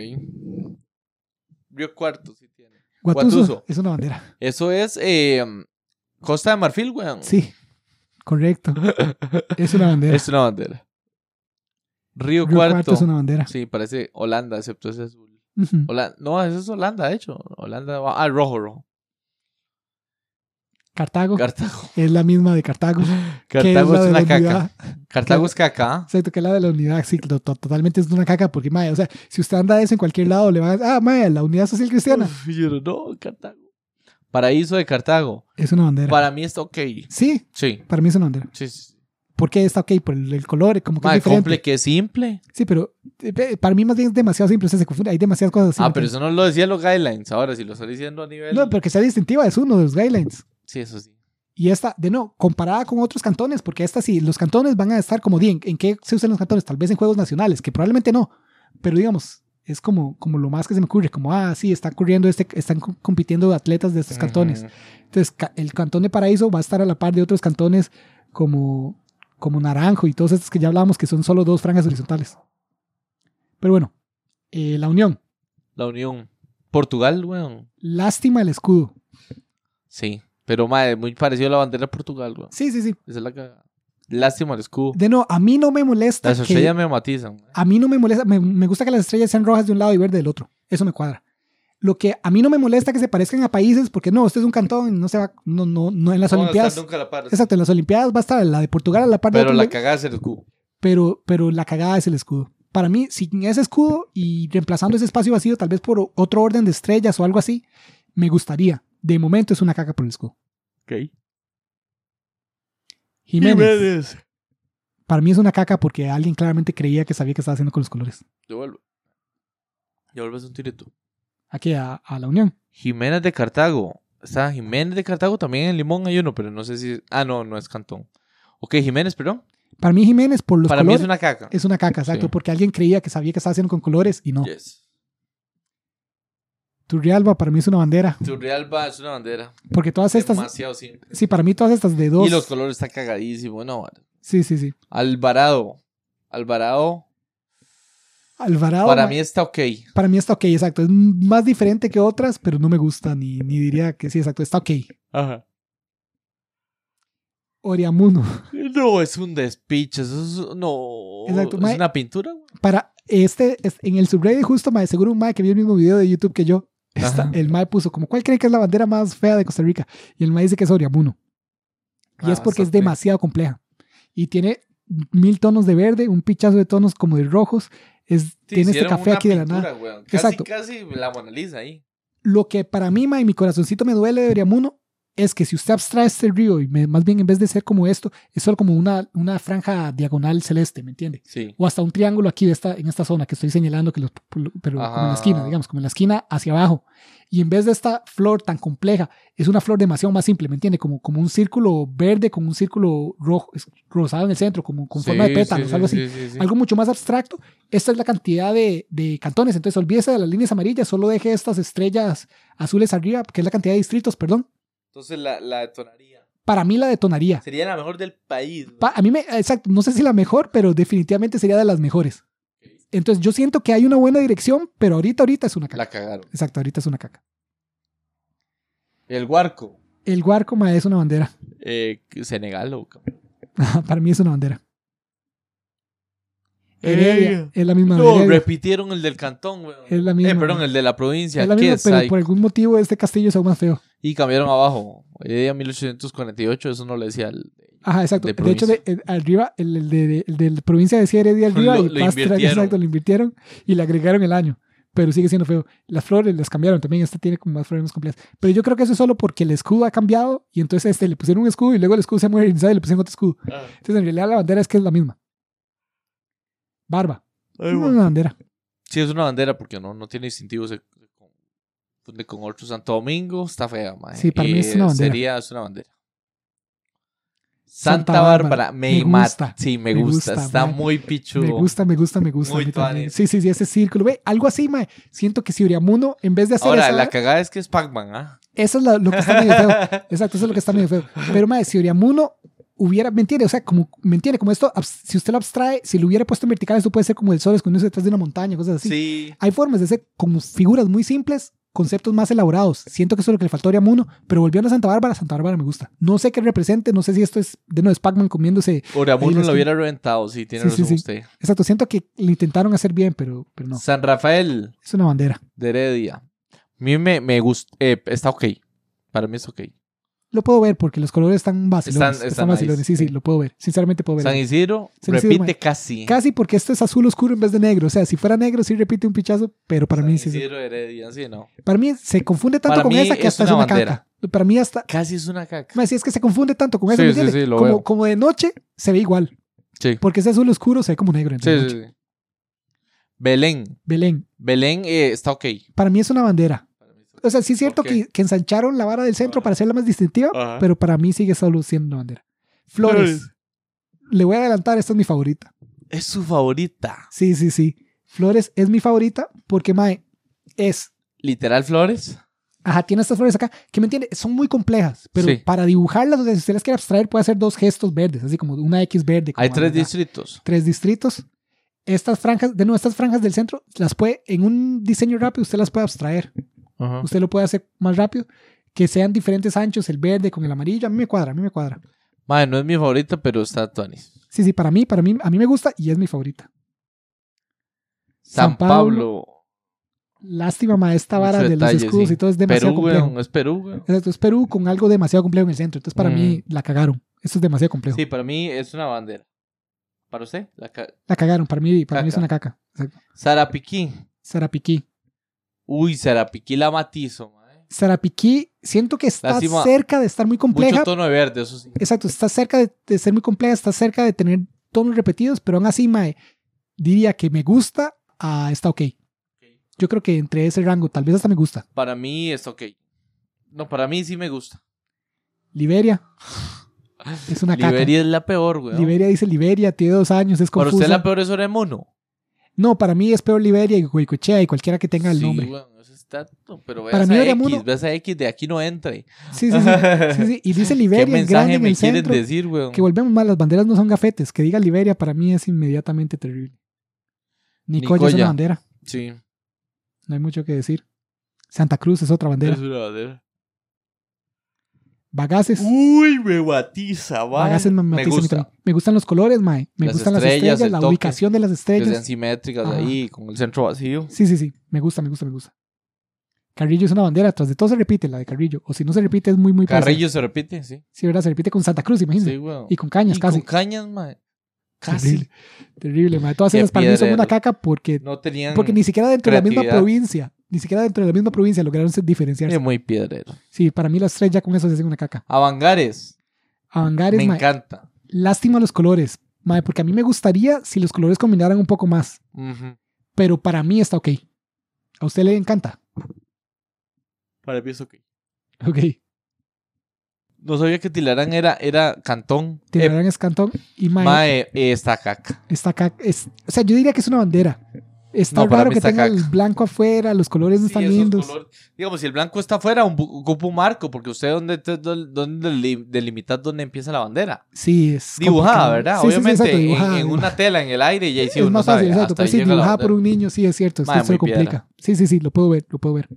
Speaker 2: Río Cuarto sí tiene.
Speaker 1: Guatuso,
Speaker 2: Guatuso.
Speaker 1: es una bandera.
Speaker 2: Eso es eh, Costa de Marfil, weón.
Speaker 1: Sí, correcto. es una bandera.
Speaker 2: Es una bandera. Río,
Speaker 1: Río
Speaker 2: Cuarto.
Speaker 1: es una bandera.
Speaker 2: Sí, parece Holanda, excepto ese azul.
Speaker 1: Ujú.
Speaker 2: Hola- No, eso es Holanda, de hecho. Holanda. Ah, rojo, rojo.
Speaker 1: Cartago
Speaker 2: Cartago.
Speaker 1: es la misma de Cartago. que es
Speaker 2: Cartago
Speaker 1: la
Speaker 2: es
Speaker 1: de la
Speaker 2: una caca.
Speaker 1: unidad.
Speaker 2: Cartago es caca.
Speaker 1: Exacto, que es la de la unidad, sí, to- to- totalmente es una caca, porque, mae, o sea, si usted anda eso en cualquier lado, le van a decir, ah, mae, la unidad social cristiana.
Speaker 2: Uf, yo no, Cartago. Paraíso de Cartago.
Speaker 1: Es una bandera.
Speaker 2: Para mí está ok.
Speaker 1: Sí,
Speaker 2: Sí,
Speaker 1: para mí es una bandera.
Speaker 2: sí, sí.
Speaker 1: ¿Por qué está ok? Por el, el color, como que
Speaker 2: Madre,
Speaker 1: es diferente.
Speaker 2: comple que simple.
Speaker 1: Sí, pero eh, pe- para mí más bien es demasiado simple, o sea, se confunde, hay demasiadas cosas así.
Speaker 2: ah,
Speaker 1: ¿no?
Speaker 2: pero eso no lo decían los guidelines. Ahora, si lo estoy diciendo a nivel.
Speaker 1: No, pero que sea distintiva es uno de los guidelines.
Speaker 2: Sí, eso sí.
Speaker 1: Y esta, de no, comparada con otros cantones, porque esta sí, los cantones van a estar como, bien, ¿en qué se usan los cantones? Tal vez en juegos nacionales, que probablemente no, pero digamos, es como, como lo más que se me ocurre, como, ah, sí, está corriendo este, están co- compitiendo atletas de estos cantones.
Speaker 2: Ujú.
Speaker 1: Entonces, ca- el cantón de Paraíso va a estar a la par de otros cantones como, como Naranjo y todos estos que ya hablábamos, que son solo dos franjas horizontales. Pero bueno, eh, la unión.
Speaker 2: La Unión. Portugal, weón.
Speaker 1: Lástima el escudo.
Speaker 2: Sí. Pero, madre, muy parecido a la bandera de Portugal, weón.
Speaker 1: Sí, sí, sí.
Speaker 2: Esa es la caga. Lástima el escudo.
Speaker 1: De no, a mí no me molesta.
Speaker 2: Las
Speaker 1: que-
Speaker 2: estrellas me matizan. mae.
Speaker 1: A mí no me molesta. Me, me gusta que las estrellas sean rojas de un lado y verde del otro. Eso me cuadra. Lo que a mí no me molesta que se parezcan a países, porque no, este es un cantón, no se va, no, no, no, en las
Speaker 2: No van a
Speaker 1: Olimpiadas.
Speaker 2: estar nunca a la par.
Speaker 1: Exacto, en las Olimpiadas va a estar la de Portugal a la par de
Speaker 2: Pero
Speaker 1: otro
Speaker 2: la
Speaker 1: lu-
Speaker 2: cagada es el escudo.
Speaker 1: pero, pero la cagada es el escudo. Para mí, sin ese escudo y reemplazando ese espacio vacío, tal vez por otro orden de estrellas o algo así, me gustaría. De momento es una caca por el escudo.
Speaker 2: Ok.
Speaker 1: Jiménez, para mí es una caca porque alguien claramente creía que sabía que estaba haciendo con los colores.
Speaker 2: Devuelve. Devuelves un tirito.
Speaker 1: Aquí a, a la Unión.
Speaker 2: Jiménez de Cartago. Está Jiménez de Cartago también en Limón hay uno, pero no sé si. Ah, no, no es Cantón. Ok, Jiménez, perdón.
Speaker 1: Para mí, Jiménez, por los
Speaker 2: Para mí
Speaker 1: colores,
Speaker 2: es una caca.
Speaker 1: es una caca, exacto,
Speaker 2: Sí.
Speaker 1: porque alguien creía que sabía que estaba haciendo con colores y no.
Speaker 2: Yes.
Speaker 1: Turrialba, para mí es una bandera,
Speaker 2: Turrialba es una bandera.
Speaker 1: porque todas estas.
Speaker 2: Demasiado simple.
Speaker 1: Sí, para mí todas estas de dos.
Speaker 2: Y los colores están cagadísimos. No, vale.
Speaker 1: Sí, sí, sí.
Speaker 2: Alvarado. Alvarado.
Speaker 1: Alvarado.
Speaker 2: para
Speaker 1: ma-
Speaker 2: mí está ok.
Speaker 1: Para mí está ok, exacto. Es más diferente que otras, pero no me gusta ni, ni diría que sí, exacto. Está ok.
Speaker 2: Ajá.
Speaker 1: Oriamuno.
Speaker 2: No, es un despiche. Eso es, no.
Speaker 1: Exacto,
Speaker 2: Es
Speaker 1: mae.
Speaker 2: una pintura, güey.
Speaker 1: Para este, es- en el subreddit justo, mae, seguro un mae que vio el mismo video de YouTube que yo, está-
Speaker 2: Ajá.
Speaker 1: el mae puso como, ¿cuál cree que es la bandera más fea de Costa Rica? Y el mae dice que es Oriamuno. Y
Speaker 2: Ah,
Speaker 1: es porque es
Speaker 2: bastante.
Speaker 1: demasiado compleja. Y tiene mil tonos de verde, un pichazo de tonos como de rojos. Es, tiene este
Speaker 2: hicieron
Speaker 1: café
Speaker 2: una
Speaker 1: aquí de la
Speaker 2: pintura,
Speaker 1: nada.
Speaker 2: weón. Casi,
Speaker 1: Exacto.
Speaker 2: casi la Mona Lisa ahí.
Speaker 1: Lo que para mí, ma, y mi corazoncito me duele de Briamuno, es que si usted abstrae este río, y me- más bien en vez de ser como esto, es solo como una, una franja diagonal celeste, ¿me entiende?
Speaker 2: Sí.
Speaker 1: O hasta un triángulo aquí de esta, en esta zona que estoy señalando, que los, pero como en
Speaker 2: Ajá.
Speaker 1: la esquina, digamos, como en la esquina hacia abajo. Y en vez de esta flor tan compleja, es una flor demasiado más simple, ¿me entiende? Como, como un círculo verde con un círculo rojo, es- rosado en el centro, como con forma de pétalos, algo así. Algo mucho más abstracto. Esta es la cantidad de, de cantones. Entonces, olvídese de las líneas amarillas, solo deje estas estrellas azules arriba, que es la cantidad de distritos, perdón.
Speaker 2: Entonces la, la detonaría.
Speaker 1: Para mí la detonaría.
Speaker 2: Sería la mejor del país. weón.
Speaker 1: Pa- a mí me, exacto, no sé si la mejor, pero definitivamente sería de las mejores. Entonces, yo siento que hay una buena dirección, pero ahorita, ahorita es una caca.
Speaker 2: La cagaron.
Speaker 1: Exacto, ahorita es una caca.
Speaker 2: El Huarco.
Speaker 1: El Guarcoma es una bandera.
Speaker 2: Eh, Senegal, o
Speaker 1: Para mí es una bandera.
Speaker 2: Heredia.
Speaker 1: Heredia, es la misma
Speaker 2: No,
Speaker 1: bandera.
Speaker 2: repitieron el del cantón, weón.
Speaker 1: Es la
Speaker 2: Eh,
Speaker 1: misma.
Speaker 2: perdón, el de la provincia.
Speaker 1: Es la
Speaker 2: ¿Qué
Speaker 1: misma,
Speaker 2: es
Speaker 1: pero
Speaker 2: ahí?
Speaker 1: por algún motivo este castillo es aún más feo.
Speaker 2: Y cambiaron abajo. Heredia 1848, eso no le decía al...
Speaker 1: Ajá, exacto.
Speaker 2: de
Speaker 1: De, hecho, de, el- arriba, el, el de, de- el de la provincia de Sierra de arriba
Speaker 2: Lo-
Speaker 1: y
Speaker 2: lo
Speaker 1: Pastra,
Speaker 2: invirtieron.
Speaker 1: exacto, lo invirtieron y le agregaron el año. Pero sigue siendo feo. Las flores las cambiaron también. Esta tiene como más flores más complejas. Pero yo creo que eso es solo porque el escudo ha cambiado y entonces este, le pusieron un escudo y luego el escudo se ha modernizado y le pusieron otro escudo. Entonces, en realidad, la bandera es que es la misma. Barba. No es una bandera.
Speaker 2: Sí, es una bandera porque no, no tiene distintivos. Se confunde con otro Santo Domingo. Está fea, mae. Eh,
Speaker 1: Sí, para mí es una bandera.
Speaker 2: Sería, es una bandera.
Speaker 1: Santa
Speaker 2: Santa, Bárbara,
Speaker 1: Bárbara,
Speaker 2: me,
Speaker 1: me
Speaker 2: mata.
Speaker 1: gusta,
Speaker 2: Sí, me,
Speaker 1: me
Speaker 2: gusta.
Speaker 1: gusta,
Speaker 2: Está
Speaker 1: mae.
Speaker 2: muy pichudo.
Speaker 1: Me gusta, me gusta, me gusta. a
Speaker 2: Muy
Speaker 1: mí también.
Speaker 2: tuanis.
Speaker 1: Sí, sí, sí, ese círculo. Ve, algo así, mae. Siento que si Uriamuno, en vez de hacer
Speaker 2: Ahora,
Speaker 1: esa-
Speaker 2: la cagada es que es Pac-Man, ¿ah?
Speaker 1: Eso es la- lo que está medio feo. Exacto, eso es lo que está medio feo. Pero, madre, si Oriamuno hubiera, ¿me entiende? O sea, como, ¿me entiende? Como esto, abs- si usted lo abstrae, si lo hubiera puesto en vertical, eso puede ser como el sol escondiéndose detrás de una montaña, cosas así.
Speaker 2: Sí.
Speaker 1: Hay formas de hacer como figuras muy simples, conceptos más elaborados. Siento que eso es lo que le faltó a Oriamuno, pero volviendo a Santa Bárbara, Santa Bárbara me gusta. No sé qué represente, no sé si esto es de nuevo es Pac-Man comiéndose. Ahí
Speaker 2: Oramuno
Speaker 1: les-
Speaker 2: lo hubiera reventado, sí, tiene
Speaker 1: Sí, sí,
Speaker 2: razón
Speaker 1: sí.
Speaker 2: usted.
Speaker 1: Exacto, siento que lo intentaron hacer bien, pero, pero no.
Speaker 2: San Rafael
Speaker 1: Es una bandera.
Speaker 2: de Heredia. A mí me, me gusta. está ok. Para mí es ok.
Speaker 1: Lo puedo ver porque los colores están vacilones.
Speaker 2: Están-
Speaker 1: Están,
Speaker 2: están
Speaker 1: vacilones,
Speaker 2: nice,
Speaker 1: sí, sí,
Speaker 2: sí.
Speaker 1: lo puedo ver. Sinceramente puedo ver.
Speaker 2: San Isidro,
Speaker 1: San Isidro,
Speaker 2: repite
Speaker 1: mae.
Speaker 2: casi.
Speaker 1: Casi porque esto es azul oscuro en vez de negro. O sea, si fuera negro sí repite un pichazo, pero para
Speaker 2: San
Speaker 1: mí sí es-
Speaker 2: Isidro Heredia, sí, no.
Speaker 1: Para mí se confunde tanto
Speaker 2: Para
Speaker 1: con
Speaker 2: mí
Speaker 1: esa que
Speaker 2: es
Speaker 1: hasta es
Speaker 2: una
Speaker 1: una
Speaker 2: bandera.
Speaker 1: caca. Para mí hasta...
Speaker 2: Casi es una caca.
Speaker 1: Mae, Si es que se confunde tanto con esa,
Speaker 2: Sí,
Speaker 1: ¿me
Speaker 2: sí,
Speaker 1: entiende?
Speaker 2: sí, lo veo.
Speaker 1: como, como de noche se ve igual.
Speaker 2: Sí.
Speaker 1: Porque ese azul oscuro se ve como negro. en la
Speaker 2: Sí, sí,
Speaker 1: noche.
Speaker 2: sí. Belén.
Speaker 1: Belén,
Speaker 2: Belén eh, está ok.
Speaker 1: para mí es una bandera. O sea, sí es cierto
Speaker 2: Ok.
Speaker 1: que, que ensancharon la vara del centro
Speaker 2: Ajá.
Speaker 1: para hacerla más distintiva,
Speaker 2: Ajá.
Speaker 1: pero para mí sigue solo siendo una bandera. Flores. Le voy a adelantar, esta es mi favorita.
Speaker 2: Es su favorita.
Speaker 1: Sí, sí, sí. Flores es mi favorita porque, mae, es
Speaker 2: Literal Flores.
Speaker 1: Ajá, tiene estas flores acá, que me entiende, son muy complejas, pero
Speaker 2: Sí.
Speaker 1: para dibujarlas, o sea, si usted las quiere abstraer, puede hacer dos gestos verdes, así como una X verde. como
Speaker 2: Hay tres
Speaker 1: ¿verdad?
Speaker 2: distritos.
Speaker 1: tres distritos. Estas franjas, de nuevo, estas franjas del centro, las puede, en un diseño rápido, usted las puede abstraer.
Speaker 2: Ajá.
Speaker 1: Usted lo puede hacer más rápido, que sean diferentes anchos, el verde con el amarillo, a mí me cuadra, a mí me cuadra.
Speaker 2: Mae, no es mi favorita, pero está Tony.
Speaker 1: Sí, sí, para mí, para mí, a mí me gusta y es mi favorita.
Speaker 2: San Pablo.
Speaker 1: Lástima, ma, esta
Speaker 2: Mucho
Speaker 1: vara de los
Speaker 2: detalle,
Speaker 1: escudos
Speaker 2: sí.
Speaker 1: y todo es demasiado
Speaker 2: Perú, weón.
Speaker 1: complejo.
Speaker 2: Es Perú, weón.
Speaker 1: Exacto, es Perú con algo demasiado complejo en el centro, entonces para
Speaker 2: Mm.
Speaker 1: mí la cagaron. Esto es demasiado complejo.
Speaker 2: Sí, para mí es una bandera. ¿Para usted? La ca-
Speaker 1: La cagaron, para mí, para mí es
Speaker 2: Caca.
Speaker 1: una caca. Exacto.
Speaker 2: Sarapiquí.
Speaker 1: Sarapiquí.
Speaker 2: Uy, Sarapiquí la matizo, mae.
Speaker 1: Sarapiquí, siento que está
Speaker 2: Lástima.
Speaker 1: cerca de estar muy compleja.
Speaker 2: Mucho tono de verde, eso sí.
Speaker 1: Exacto, está cerca de, de ser muy compleja, está cerca de tener tonos repetidos, pero aún así, mae, diría que me gusta, ah, está ok. Yo creo que entre ese rango, tal vez hasta me gusta.
Speaker 2: Para mí es ok. No, para mí sí me gusta.
Speaker 1: Liberia. Es una caca.
Speaker 2: Liberia es la peor, weón.
Speaker 1: Liberia dice Liberia, tiene dos años, es
Speaker 2: Para usted
Speaker 1: confusa.
Speaker 2: la peor es Oremono.
Speaker 1: No, para mí es peor Liberia y Huicochea y cualquiera que tenga el
Speaker 2: Sí,
Speaker 1: nombre.
Speaker 2: weón, eso está- no, pero ve
Speaker 1: Para
Speaker 2: a
Speaker 1: mí
Speaker 2: esa
Speaker 1: Oremono-
Speaker 2: X, ve a esa X, de aquí no entre.
Speaker 1: Sí, sí, sí. Sí, sí, Y dice
Speaker 2: ¿Qué
Speaker 1: Liberia en grande
Speaker 2: mensaje
Speaker 1: en
Speaker 2: me
Speaker 1: el
Speaker 2: quieren
Speaker 1: centro.
Speaker 2: decir, weón?
Speaker 1: Que volvemos más, las banderas no son gafetes. Que diga Liberia para mí es inmediatamente terrible. Nicoya es
Speaker 2: Nicoya.
Speaker 1: una bandera,
Speaker 2: Sí,
Speaker 1: no hay mucho que decir. Santa Cruz es otra bandera.
Speaker 2: es una bandera.
Speaker 1: Bagaces.
Speaker 2: Uy, me batiza, va.
Speaker 1: Bagaces me,
Speaker 2: me
Speaker 1: matiza a mí
Speaker 2: gusta.
Speaker 1: también. Me gustan los colores, mae. Me
Speaker 2: Las
Speaker 1: gustan
Speaker 2: estrellas,
Speaker 1: las
Speaker 2: el
Speaker 1: estrellas, la
Speaker 2: toque.
Speaker 1: ubicación de las
Speaker 2: Que sean
Speaker 1: estrellas.
Speaker 2: simétricas
Speaker 1: Ajá.
Speaker 2: ahí, con el centro vacío.
Speaker 1: Sí, sí, sí. Me gusta, me gusta, me gusta. Carrillo es una bandera, tras de todo se repite la de Carrillo. O si no se repite, es muy, muy paisa.
Speaker 2: Carrillo se repite, sí.
Speaker 1: Sí, ¿verdad? Se repite con Santa Cruz, imagínate.
Speaker 2: Sí, weón.
Speaker 1: Y con cañas,
Speaker 2: Y
Speaker 1: casi.
Speaker 2: Con cañas, mae. Casi.
Speaker 1: Terrible. Terrible, mae. Todas
Speaker 2: Qué
Speaker 1: esas para mí son
Speaker 2: piedrero.
Speaker 1: una caca porque,
Speaker 2: No tenían.
Speaker 1: porque ni siquiera dentro de la misma
Speaker 2: creatividad.
Speaker 1: provincia, ni siquiera dentro de la misma provincia lograron se-
Speaker 2: Es
Speaker 1: diferenciarse.
Speaker 2: muy piedrero.
Speaker 1: Sí, para mí las tres ya con eso se hacen una caca.
Speaker 2: Avangares.
Speaker 1: Avangares,
Speaker 2: Me
Speaker 1: mae.
Speaker 2: encanta.
Speaker 1: Lástima los colores, mae, porque a mí me gustaría si los colores combinaran un poco más,
Speaker 2: Ujú.
Speaker 1: pero para mí está ok. A usted le encanta.
Speaker 2: Para mí es ok.
Speaker 1: Ok.
Speaker 2: No sabía que Tilarán era, era cantón. Eh,
Speaker 1: Tilarán es cantón y mae,
Speaker 2: mae, eh, está caca.
Speaker 1: está caca. Es, o sea, yo diría que es una bandera. Está
Speaker 2: No, para
Speaker 1: raro
Speaker 2: mí
Speaker 1: que
Speaker 2: está
Speaker 1: tenga
Speaker 2: caca.
Speaker 1: el blanco afuera, los colores no
Speaker 2: Sí,
Speaker 1: están
Speaker 2: esos
Speaker 1: lindos.
Speaker 2: colores. Digamos, si el blanco está afuera, un, bu- ocupa un marco, porque usted dónde, te- dónde li- delimitas dónde empieza la bandera.
Speaker 1: Sí, es.
Speaker 2: Dibujada,
Speaker 1: complicado.
Speaker 2: ¿verdad?
Speaker 1: Sí, sí, sí,
Speaker 2: Obviamente,
Speaker 1: exacto,
Speaker 2: en-
Speaker 1: dibujada,
Speaker 2: en,
Speaker 1: dibujada.
Speaker 2: una tela en el aire y ahí sí
Speaker 1: es
Speaker 2: uno
Speaker 1: más
Speaker 2: sabe,
Speaker 1: fácil, exacto.
Speaker 2: hasta
Speaker 1: Pero
Speaker 2: ahí
Speaker 1: sí,
Speaker 2: llega la
Speaker 1: dibujada por
Speaker 2: bandera.
Speaker 1: un niño, sí, es cierto.
Speaker 2: Madre,
Speaker 1: Esto se lo
Speaker 2: muy piedra.
Speaker 1: complica. Sí, sí, sí, lo puedo ver, lo puedo ver.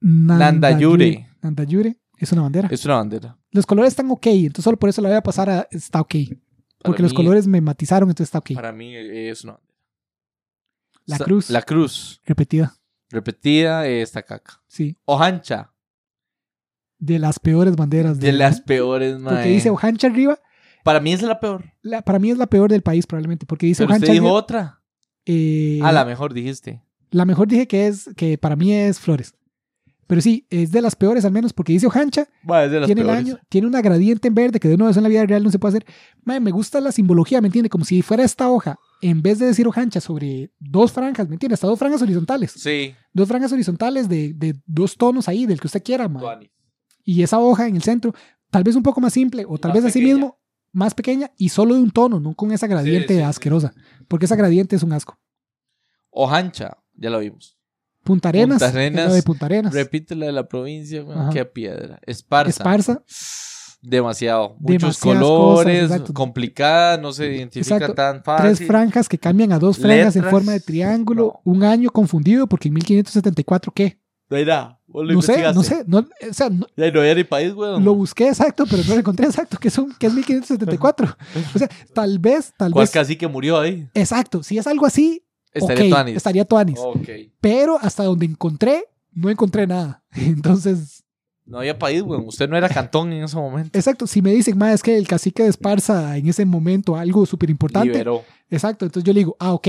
Speaker 2: Nandayure.
Speaker 1: Nandayure es una bandera.
Speaker 2: Es una bandera.
Speaker 1: Los colores están ok, entonces solo por eso la voy a pasar a está ok.
Speaker 2: Para
Speaker 1: Porque los
Speaker 2: mí-
Speaker 1: colores me matizaron, entonces está ok.
Speaker 2: Para mí eh, es una bandera.
Speaker 1: La
Speaker 2: Sa-
Speaker 1: cruz.
Speaker 2: La cruz.
Speaker 1: Repetida,
Speaker 2: Repetida, eh, está caca.
Speaker 1: sí.
Speaker 2: Ojancha.
Speaker 1: De las peores banderas.
Speaker 2: De
Speaker 1: del-
Speaker 2: las peores, mae.
Speaker 1: Porque dice Ojancha arriba.
Speaker 2: Para mí es la peor.
Speaker 1: la- para mí es la peor del país, probablemente. Porque dice
Speaker 2: Pero usted
Speaker 1: Ojancha
Speaker 2: dijo
Speaker 1: arriba.
Speaker 2: otra.
Speaker 1: eh,
Speaker 2: A la mejor dijiste.
Speaker 1: La mejor dije que es, que para mí es Flores. Pero sí, es de las peores al menos, porque dice Ojancha,
Speaker 2: Mae, es de las
Speaker 1: tiene el
Speaker 2: peores.
Speaker 1: año, tiene una gradiente en verde que de una vez en la vida real no se puede hacer. Mae, me gusta la simbología, ¿me entiende? Como si fuera esta hoja, en vez de decir Ojancha sobre dos franjas, ¿me entiende? Hasta dos franjas horizontales.
Speaker 2: Sí.
Speaker 1: Dos franjas horizontales de, de dos tonos ahí, del que usted quiera, mae.
Speaker 2: Tuani.
Speaker 1: Y esa hoja en el centro, tal vez un poco más simple, o tal
Speaker 2: Más
Speaker 1: vez así
Speaker 2: pequeña.
Speaker 1: mismo, más pequeña y solo de un tono, no con esa gradiente
Speaker 2: sí, sí.
Speaker 1: asquerosa. Porque esa gradiente es un asco.
Speaker 2: Ojancha, ya la vimos.
Speaker 1: Punta Arenas,
Speaker 2: Punta
Speaker 1: es la
Speaker 2: Arenas.
Speaker 1: de Punta Arenas.
Speaker 2: Repítela de la provincia, weón.
Speaker 1: Ajá.
Speaker 2: Qué piedra. Esparza.
Speaker 1: Esparza.
Speaker 2: Demasiado. Muchos
Speaker 1: Demasiadas
Speaker 2: colores,
Speaker 1: cosas, exacto.
Speaker 2: complicada, no se identifica
Speaker 1: Exacto.
Speaker 2: tan
Speaker 1: Tres
Speaker 2: fácil.
Speaker 1: franjas que cambian a dos franjas en
Speaker 2: Ah, Letras.
Speaker 1: forma de triángulo. Un año confundido porque en 1574, ¿qué?
Speaker 2: No hay nada. Vos lo
Speaker 1: No sé, no
Speaker 2: investigaste.
Speaker 1: sé. No, o sea, no-
Speaker 2: Ya no había ni país, weón.
Speaker 1: lo busqué exacto, pero no lo encontré exacto, que, son, que es 1574. O sea, tal vez, tal
Speaker 2: ¿Cuál
Speaker 1: vez.
Speaker 2: casi que murió ahí?
Speaker 1: Exacto, si es algo así,
Speaker 2: Estaría Oh.
Speaker 1: ok,
Speaker 2: Tuanis.
Speaker 1: estaría Tuanis.
Speaker 2: Ok.
Speaker 1: Pero hasta donde encontré, no encontré nada. Entonces,
Speaker 2: No había país, weón. Usted no era cantón en ese momento.
Speaker 1: exacto, si me dicen, más es que el cacique de Esparza en ese momento algo súper importante,
Speaker 2: Liberó.
Speaker 1: Exacto, entonces yo le digo, ah, ok,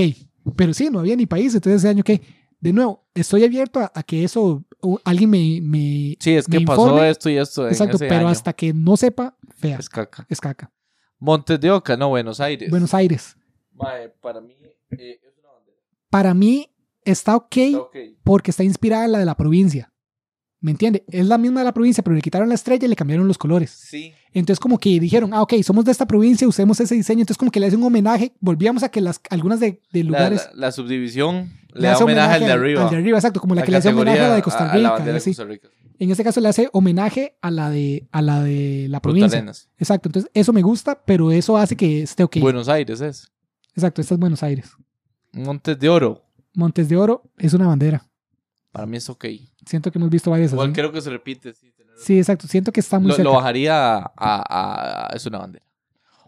Speaker 1: pero sí, no había ni país, entonces ese año que, de nuevo, estoy abierto a, a que eso, o alguien me... me-
Speaker 2: Sí, es
Speaker 1: me
Speaker 2: que pasó
Speaker 1: informe.
Speaker 2: esto y esto. en
Speaker 1: exacto,
Speaker 2: Pues, ese
Speaker 1: pero
Speaker 2: año.
Speaker 1: hasta que no sepa, fea,
Speaker 2: Es caca.
Speaker 1: es caca.
Speaker 2: Montes de Oca, no, Buenos Aires.
Speaker 1: Buenos Aires,
Speaker 2: Mae, para mí eh, es una bandera.
Speaker 1: para mí está ok
Speaker 2: Está ok.
Speaker 1: porque está inspirada en la de la provincia, ¿me entiende? Es la misma de la provincia, pero le quitaron la estrella y le cambiaron los colores.
Speaker 2: Sí.
Speaker 1: Entonces como que dijeron, ah, ok, somos de esta provincia, usemos ese diseño, entonces como que le hacen un homenaje, volvíamos a que las, algunas de, de
Speaker 2: La-
Speaker 1: lugares...
Speaker 2: La, la subdivisión le,
Speaker 1: le
Speaker 2: da
Speaker 1: hace
Speaker 2: homenaje al de
Speaker 1: al-
Speaker 2: arriba.
Speaker 1: al de arriba, exacto, como la, que le hace
Speaker 2: categoría
Speaker 1: homenaje a la de Costa
Speaker 2: a la
Speaker 1: Rica.
Speaker 2: bandera de
Speaker 1: así.
Speaker 2: Costa Rica.
Speaker 1: En este caso le hace homenaje a la de, a la, de la
Speaker 2: Punta
Speaker 1: provincia.
Speaker 2: Arenas.
Speaker 1: Exacto, entonces eso me gusta, pero eso hace que esté ok.
Speaker 2: Buenos Aires es.
Speaker 1: Exacto, esta es Buenos Aires.
Speaker 2: Montes de Oro.
Speaker 1: Montes de Oro es una bandera.
Speaker 2: Para mí es ok.
Speaker 1: Siento que hemos visto varias.
Speaker 2: Igual
Speaker 1: así.
Speaker 2: creo que se repite. Sí, tener-
Speaker 1: Sí, exacto, siento que está muy
Speaker 2: lo,
Speaker 1: cerca.
Speaker 2: lo bajaría a, a- a- Es una bandera.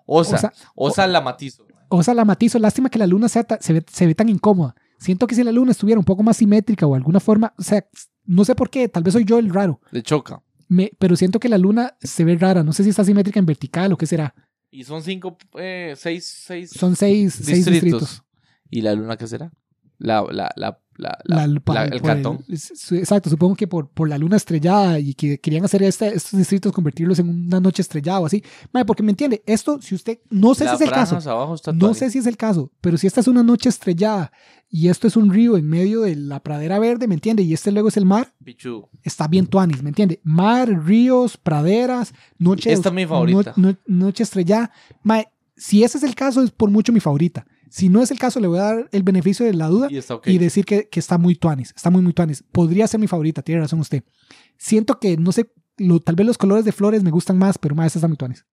Speaker 2: Osa. Osa,
Speaker 1: Osa-
Speaker 2: la matizo.
Speaker 1: O sea, la matizo, lástima que la luna sea ta- se, ve, se ve tan incómoda. Siento que si la luna estuviera un poco más simétrica o alguna forma, o sea, no sé por qué, tal vez soy yo el raro,
Speaker 2: Le choca.
Speaker 1: me- pero siento que la luna se ve rara, no sé si está simétrica en vertical o qué será.
Speaker 2: Y son cinco, eh, seis, seis
Speaker 1: Son seis
Speaker 2: distritos.
Speaker 1: seis distritos.
Speaker 2: ¿Y la luna qué será? La, la, la, la, la-
Speaker 1: La-
Speaker 2: la-
Speaker 1: para-
Speaker 2: el
Speaker 1: por
Speaker 2: cantón.
Speaker 1: es- su- exacto, supongo que por, por la luna estrellada y que querían hacer esta- estos distritos, convertirlos en una noche estrellada o así. Mae, porque me entiende, esto, si usted, no sé
Speaker 2: La
Speaker 1: si es el
Speaker 2: franja
Speaker 1: caso,
Speaker 2: hacia abajo está
Speaker 1: no
Speaker 2: tuanis.
Speaker 1: sé si es el caso, pero si esta es una noche estrellada y esto es un río en medio de la pradera verde, ¿me entiende? Y este luego es el mar,
Speaker 2: Pichu.
Speaker 1: está bien tuanis, ¿me entiende? Mar, ríos, praderas, noche...
Speaker 2: Esta es mi favorita.
Speaker 1: no- no- noche estrellada. Mae, si ese es el caso, es por mucho mi favorita. Si no es el caso, le voy a dar el beneficio de la duda
Speaker 2: Y está ok.
Speaker 1: y decir que, que está muy tuanis, está muy, muy tuanis. Podría ser mi favorita, tiene razón usted. Siento que, no sé, lo- tal vez los colores de flores me gustan más, pero más esta está muy tuanis.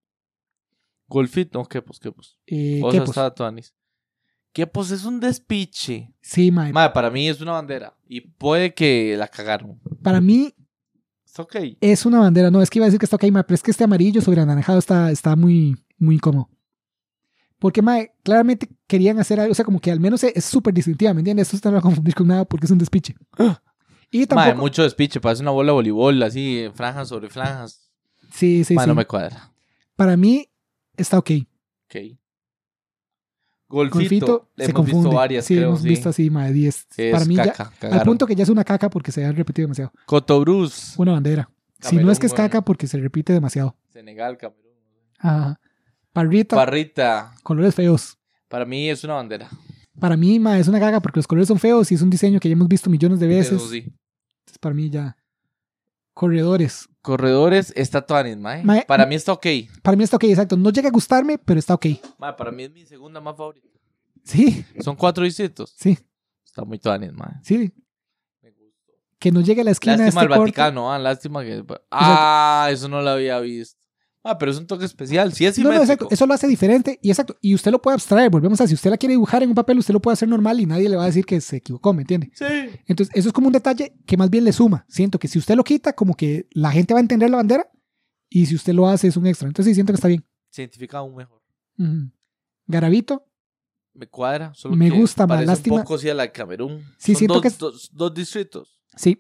Speaker 2: Golfit, no, pues, Kepos, Kepos.
Speaker 1: Eh,
Speaker 2: Osa
Speaker 1: ¿qué, pues?
Speaker 2: está Tuanis. Kepos es un despiche.
Speaker 1: Sí, mae.
Speaker 2: Madre, para mí es una bandera. Y puede que la cagaron.
Speaker 1: Para mí
Speaker 2: Está ok.
Speaker 1: es una bandera. No, es que iba a decir que está ok, mae, pero es que este amarillo sobre anaranjado está, está muy, muy incómodo. Porque, mae, claramente querían hacer algo, o sea, como que al menos es es súper distintiva, ¿me entiendes? Esto no lo va a confundir con nada porque es un despiche. Y
Speaker 2: Mae,
Speaker 1: tampoco...
Speaker 2: mucho despiche, parece una bola de voleibol, así, franjas sobre franjas.
Speaker 1: sí, sí,
Speaker 2: Mae, no
Speaker 1: sí.
Speaker 2: me cuadra.
Speaker 1: Para mí está ok.
Speaker 2: Ok. Golfito.
Speaker 1: Golfito
Speaker 2: le
Speaker 1: se
Speaker 2: hemos
Speaker 1: confunde.
Speaker 2: visto varias,
Speaker 1: sí,
Speaker 2: creo,
Speaker 1: hemos
Speaker 2: sí.
Speaker 1: visto así, mae, 10.
Speaker 2: Es
Speaker 1: Para mí ya...
Speaker 2: caca,
Speaker 1: Al
Speaker 2: cagaron.
Speaker 1: punto que ya es una caca porque se ha repetido demasiado.
Speaker 2: Cotobruz,
Speaker 1: Una bandera. si no
Speaker 2: Camerún,
Speaker 1: es que es
Speaker 2: bueno.
Speaker 1: caca porque se repite demasiado.
Speaker 2: Senegal, Camerún.
Speaker 1: Ajá. Parrita,
Speaker 2: Barrita,
Speaker 1: colores feos.
Speaker 2: para mí es una bandera.
Speaker 1: Para mí, ma, es una caca porque los colores son feos y es un diseño que ya hemos visto millones de veces.
Speaker 2: Eso sí.
Speaker 1: Entonces, para mí ya. Corredores.
Speaker 2: Corredores está Tuanis, mae.
Speaker 1: Mae-
Speaker 2: Para mí está ok.
Speaker 1: Para mí está ok, exacto. No llega a gustarme, pero está ok.
Speaker 2: Mae, para mí es mi segunda más favorita.
Speaker 1: Sí,
Speaker 2: Son cuatro distritos.
Speaker 1: sí,
Speaker 2: Está muy Tuanis, mae.
Speaker 1: sí.
Speaker 2: Me gustó.
Speaker 1: Que no llegue a la esquina
Speaker 2: Lástima
Speaker 1: de
Speaker 2: al
Speaker 1: este corte.
Speaker 2: Vaticano, ah, lástima que. Ah, eso no lo había visto. Ah, pero es un toque especial. Sí es
Speaker 1: No, no,
Speaker 2: simétrico.
Speaker 1: exacto. Eso lo hace diferente y exacto. Y usted lo puede abstraer. Volvemos a si usted la quiere dibujar en un papel, usted lo puede hacer normal y nadie le va a decir que se equivocó, ¿me entiende?
Speaker 2: Sí.
Speaker 1: Entonces, eso es como un detalle que más bien le suma. Siento que si usted lo quita, como que la gente va a entender la bandera y si usted lo hace es un extra. Entonces, sí, siento que está bien.
Speaker 2: Se identifica aún mejor.
Speaker 1: Ujú. Garabito,
Speaker 2: Me cuadra. Solo
Speaker 1: Me
Speaker 2: que
Speaker 1: gusta, mae,
Speaker 2: parece
Speaker 1: lástima.
Speaker 2: Un poco sí a la de Camerún.
Speaker 1: Sí,
Speaker 2: Son
Speaker 1: siento
Speaker 2: dos,
Speaker 1: que es-
Speaker 2: dos, dos distritos.
Speaker 1: sí.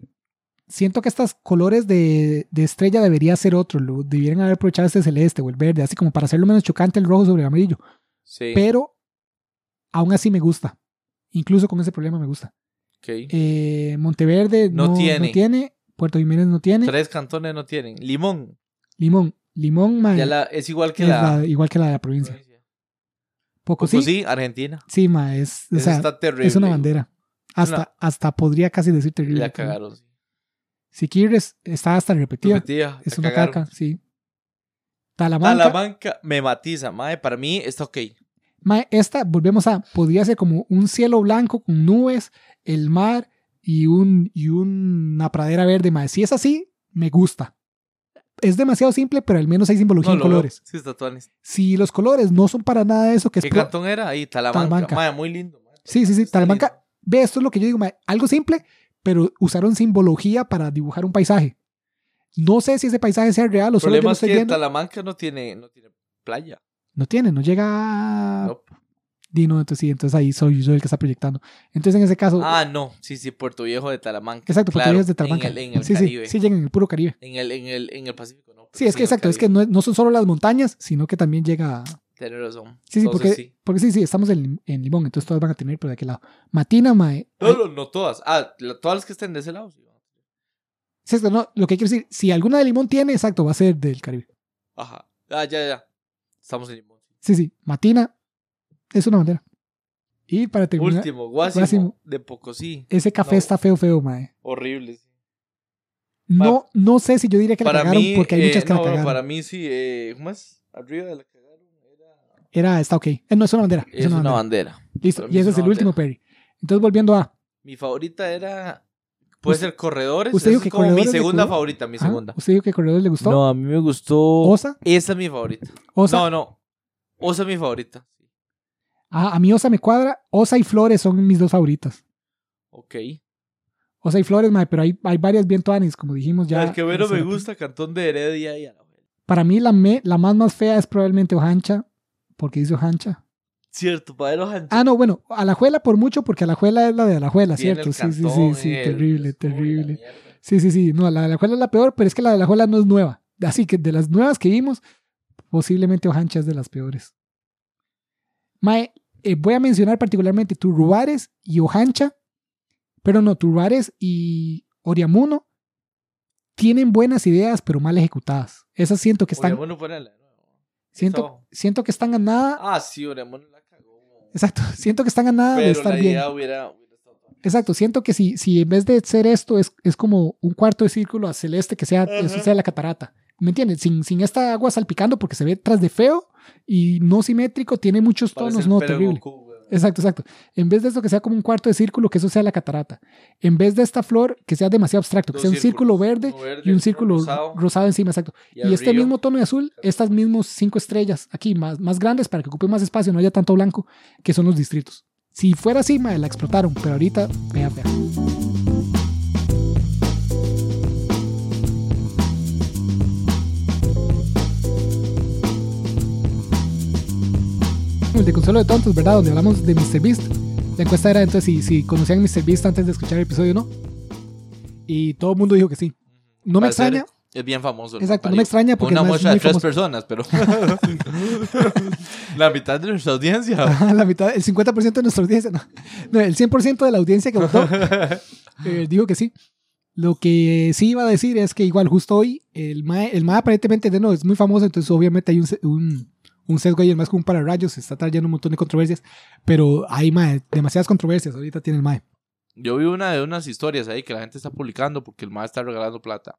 Speaker 1: Siento que estos colores de, de estrella debería ser otro. Lo debieran haber aprovechado este celeste o el verde, así como para hacerlo menos chocante el rojo sobre el amarillo.
Speaker 2: Sí.
Speaker 1: Pero aún así me gusta. Incluso con ese problema me gusta.
Speaker 2: ok.
Speaker 1: Eh, Monteverde no,
Speaker 2: No
Speaker 1: no tiene.
Speaker 2: tiene.
Speaker 1: Puerto Jiménez no tiene.
Speaker 2: Tres cantones no tienen. Limón.
Speaker 1: Limón. Limón, ma,
Speaker 2: Ya la, es igual que
Speaker 1: es
Speaker 2: la.
Speaker 1: la- igual que la de la provincia.
Speaker 2: provincia.
Speaker 1: Poco
Speaker 2: Pocosí,
Speaker 1: sí.
Speaker 2: Argentina.
Speaker 1: Sí, ma, es, o
Speaker 2: Eso
Speaker 1: sea,
Speaker 2: está terrible.
Speaker 1: es una bandera.
Speaker 2: Es
Speaker 1: Hasta,
Speaker 2: una-
Speaker 1: hasta podría casi decir terrible.
Speaker 2: La cagaron. sí.
Speaker 1: Si quieres, está hasta repetida.
Speaker 2: Repetida,
Speaker 1: es
Speaker 2: la
Speaker 1: una
Speaker 2: cagaron.
Speaker 1: caca, sí. Talamanca.
Speaker 2: Talamanca me matiza, mae. Para mí está ok.
Speaker 1: ma, esta, volvemos a, podría ser como un cielo blanco con nubes, el mar y, un, y una pradera verde. Ma. Si es así, me gusta. Es demasiado simple, pero al menos hay simbología
Speaker 2: No
Speaker 1: en
Speaker 2: lo veo.
Speaker 1: colores.
Speaker 2: Sí, está Tuanis.
Speaker 1: Si los colores no son para nada eso que es...
Speaker 2: ¿Qué
Speaker 1: pro-
Speaker 2: cantón era? Ahí, Talamanca.
Speaker 1: Talamanca.
Speaker 2: Mae, muy lindo. mae.
Speaker 1: Sí, sí, sí,
Speaker 2: Está
Speaker 1: Talamanca.
Speaker 2: lindo.
Speaker 1: ve, esto es lo que yo digo, mae, algo simple, pero usaron simbología para dibujar un paisaje. No sé si ese paisaje sea real o
Speaker 2: El
Speaker 1: solo yo lo
Speaker 2: problema es
Speaker 1: estoy
Speaker 2: que
Speaker 1: viendo.
Speaker 2: Talamanca no tiene, no tiene playa.
Speaker 1: No tiene, no llega.
Speaker 2: No.
Speaker 1: Dino, entonces sí, entonces ahí soy yo el que está proyectando. Entonces en ese caso,
Speaker 2: Ah, no. Sí, sí, Puerto Viejo de Talamanca.
Speaker 1: Oh. exacto, porque
Speaker 2: Claro,
Speaker 1: ellos de Talamanca.
Speaker 2: En el, en el
Speaker 1: sí,
Speaker 2: Caribe.
Speaker 1: sí, sí llegan en el puro Caribe.
Speaker 2: En, el, en, el, en el Pacífico, no.
Speaker 1: Sí, es que exacto, es que no, no son solo las montañas, sino que también llega. a-
Speaker 2: Tener razón.
Speaker 1: Sí, sí,
Speaker 2: Entonces,
Speaker 1: porque
Speaker 2: sí.
Speaker 1: porque sí, sí, estamos en, en Limón, entonces todas van a tener por aquel lado. Matina, mae.
Speaker 2: No,
Speaker 1: ay,
Speaker 2: no, no todas. Ah, la- todas las que estén de ese lado. sí.
Speaker 1: sí, exacto, no, lo que quiero decir, si alguna de Limón tiene, exacto, va a ser del Caribe.
Speaker 2: Ajá. Ah, ya, ya. Estamos en Limón.
Speaker 1: Sí, sí, Matina es una bandera. Y para terminar,
Speaker 2: Último, Guasimo,
Speaker 1: Guasimo.
Speaker 2: de Pocosí.
Speaker 1: ese café
Speaker 2: No.
Speaker 1: está feo, feo, mae.
Speaker 2: Horrible. sí.
Speaker 1: No, no sé si yo diría que la
Speaker 2: Para
Speaker 1: cagaron
Speaker 2: mí,
Speaker 1: porque hay
Speaker 2: eh,
Speaker 1: muchas que
Speaker 2: no,
Speaker 1: la cagaron.
Speaker 2: para mí sí. Eh, ¿Cómo es? Arriba de la cagaron era...
Speaker 1: Era, está ok. Eh, no, es una bandera.
Speaker 2: Es una bandera.
Speaker 1: Listo,
Speaker 2: para mí
Speaker 1: y
Speaker 2: es
Speaker 1: ese es
Speaker 2: una
Speaker 1: el último, Perry. Entonces, volviendo a.
Speaker 2: Mi favorita era. Puede
Speaker 1: Usted-
Speaker 2: ser Corredores.
Speaker 1: usted
Speaker 2: Esa
Speaker 1: dijo
Speaker 2: es
Speaker 1: que
Speaker 2: como mi
Speaker 1: Corredores de
Speaker 2: segunda
Speaker 1: Ecuador.
Speaker 2: favorita, mi
Speaker 1: ah,
Speaker 2: segunda.
Speaker 1: Usted dijo que Corredores le gustó.
Speaker 2: No, a mí me gustó.
Speaker 1: Osa.
Speaker 2: Esa es mi favorita.
Speaker 1: Osa.
Speaker 2: No, no. Osa es mi favorita.
Speaker 1: Ah, a mí Osa me cuadra. Osa y Flores son mis dos favoritas.
Speaker 2: Ok.
Speaker 1: Osa y Flores, mae, pero hay, hay varias bien tuanis, como dijimos ya.
Speaker 2: el que menos
Speaker 1: Esa
Speaker 2: me
Speaker 1: la-
Speaker 2: gusta, Cantón de Heredia y a la vez.
Speaker 1: Para mí, la, me- la más más fea es probablemente Ojancha, porque dice Ojancha.
Speaker 2: Cierto, para los antiguos.
Speaker 1: Ah, no, bueno, Alajuela por mucho, porque Alajuela es la de Alajuela, Ah, ¿cierto? Sí, sí, sí, sí, terrible, terrible. Sí, sí, sí. No, la de la Juela es la peor, pero es que la de la Juela no es nueva. Así que de las nuevas que vimos, posiblemente Ojancha es de las peores. Mae, eh, voy a mencionar particularmente Turrubares y Ojancha, pero no, Turrubares y Oriamuno tienen buenas ideas, pero mal ejecutadas. Esas siento que están,
Speaker 2: Oremono, ponela, ¿no?
Speaker 1: siento, siento que están a nada.
Speaker 2: Ah, sí, Oremono la cagó.
Speaker 1: Exacto, siento que están a nada de
Speaker 2: Pero
Speaker 1: estar
Speaker 2: la
Speaker 1: bien.
Speaker 2: idea hubiera, hubiera estado buena.
Speaker 1: Exacto, siento que si, si en vez de ser esto es, es como un cuarto de círculo a celeste que sea, eso
Speaker 2: Ajá.
Speaker 1: sea la catarata. ¿Me entiendes? Sin, sin esta agua salpicando porque se ve tras de feo y no simétrico, tiene muchos
Speaker 2: Parece
Speaker 1: tonos,
Speaker 2: el
Speaker 1: no,
Speaker 2: pelo de
Speaker 1: terrible.
Speaker 2: Goku, güey.
Speaker 1: Exacto, exacto. En vez de esto que sea como un cuarto de círculo, que eso sea la catarata. En vez de esta flor, que sea demasiado abstracto, que
Speaker 2: Dos
Speaker 1: sea un círculo
Speaker 2: círculos,
Speaker 1: verde
Speaker 2: uno
Speaker 1: y un
Speaker 2: uno
Speaker 1: círculo rosado, encima, exacto. Y, este
Speaker 2: arriba.
Speaker 1: mismo tono de azul, estas mismas cinco estrellas aquí, más, más grandes para que ocupe más espacio, no haya tanto blanco, que son los distritos. Si fuera así, mae, la explotaron, pero ahorita, vea, vea. El de Consuelo de Tontos, ¿verdad? Donde hablamos de MrBeast. La encuesta era entonces si, si conocían MrBeast antes de escuchar el episodio o no. Y todo el mundo dijo que sí. No me
Speaker 2: Parece ser-
Speaker 1: extraña.
Speaker 2: Es bien famoso. el
Speaker 1: Exacto, no
Speaker 2: Mario.
Speaker 1: me extraña porque
Speaker 2: Una
Speaker 1: no es
Speaker 2: muestra
Speaker 1: muy
Speaker 2: de tres
Speaker 1: famoso.
Speaker 2: personas, pero. la mitad de nuestra audiencia.
Speaker 1: la mitad, el 50% de nuestra audiencia, no, No, el 100% de la audiencia que votó eh, dijo que sí. Lo que sí iba a decir es que igual justo hoy el MAE, el mae aparentemente de no, es muy famoso, entonces obviamente hay un, se- un, un sesgo ahí, el más como un pararrayos, está trayendo un montón de controversias, pero hay mae, demasiadas controversias, ahorita tiene el MAE.
Speaker 2: Yo vi una de unas historias ahí que la gente está publicando porque el MAE está regalando plata.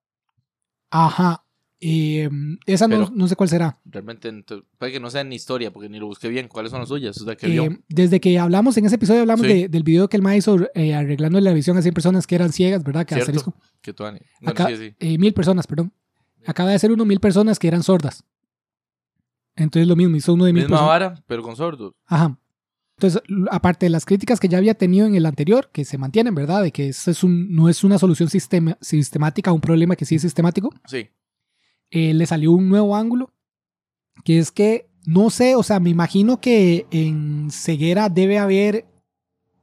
Speaker 1: Ajá, eh, esa no,
Speaker 2: Pero-
Speaker 1: no sé cuál será.
Speaker 2: Realmente, ento- puede que no sea ni historia porque ni lo busqué bien. ¿Cuáles son las suyas? O sea, que
Speaker 1: Eh,
Speaker 2: vio.
Speaker 1: desde que hablamos en ese episodio, hablamos
Speaker 2: Sí.
Speaker 1: de- del video que el MAE hizo eh, arreglando la visión a 100 personas que eran ciegas, ¿verdad? Que
Speaker 2: Cierto.
Speaker 1: asterisco.
Speaker 2: Que tú, Ani. Bueno,
Speaker 1: Acá-
Speaker 2: sí, sí.
Speaker 1: eh, mil personas, perdón. Acaba de hacer uno mil personas que eran sordas. Entonces lo mismo, hizo uno de mil
Speaker 2: Misma
Speaker 1: personas.
Speaker 2: vara, pero con sordos.
Speaker 1: Ajá. Entonces, l- aparte de las críticas que ya había tenido en el anterior, que se mantienen, ¿verdad? De que esto es un, no es una solución sistema- sistemática a un problema que sí es sistemático,
Speaker 2: Sí.
Speaker 1: eh, le salió un nuevo ángulo, que es que, no sé, o sea, me imagino que en ceguera debe haber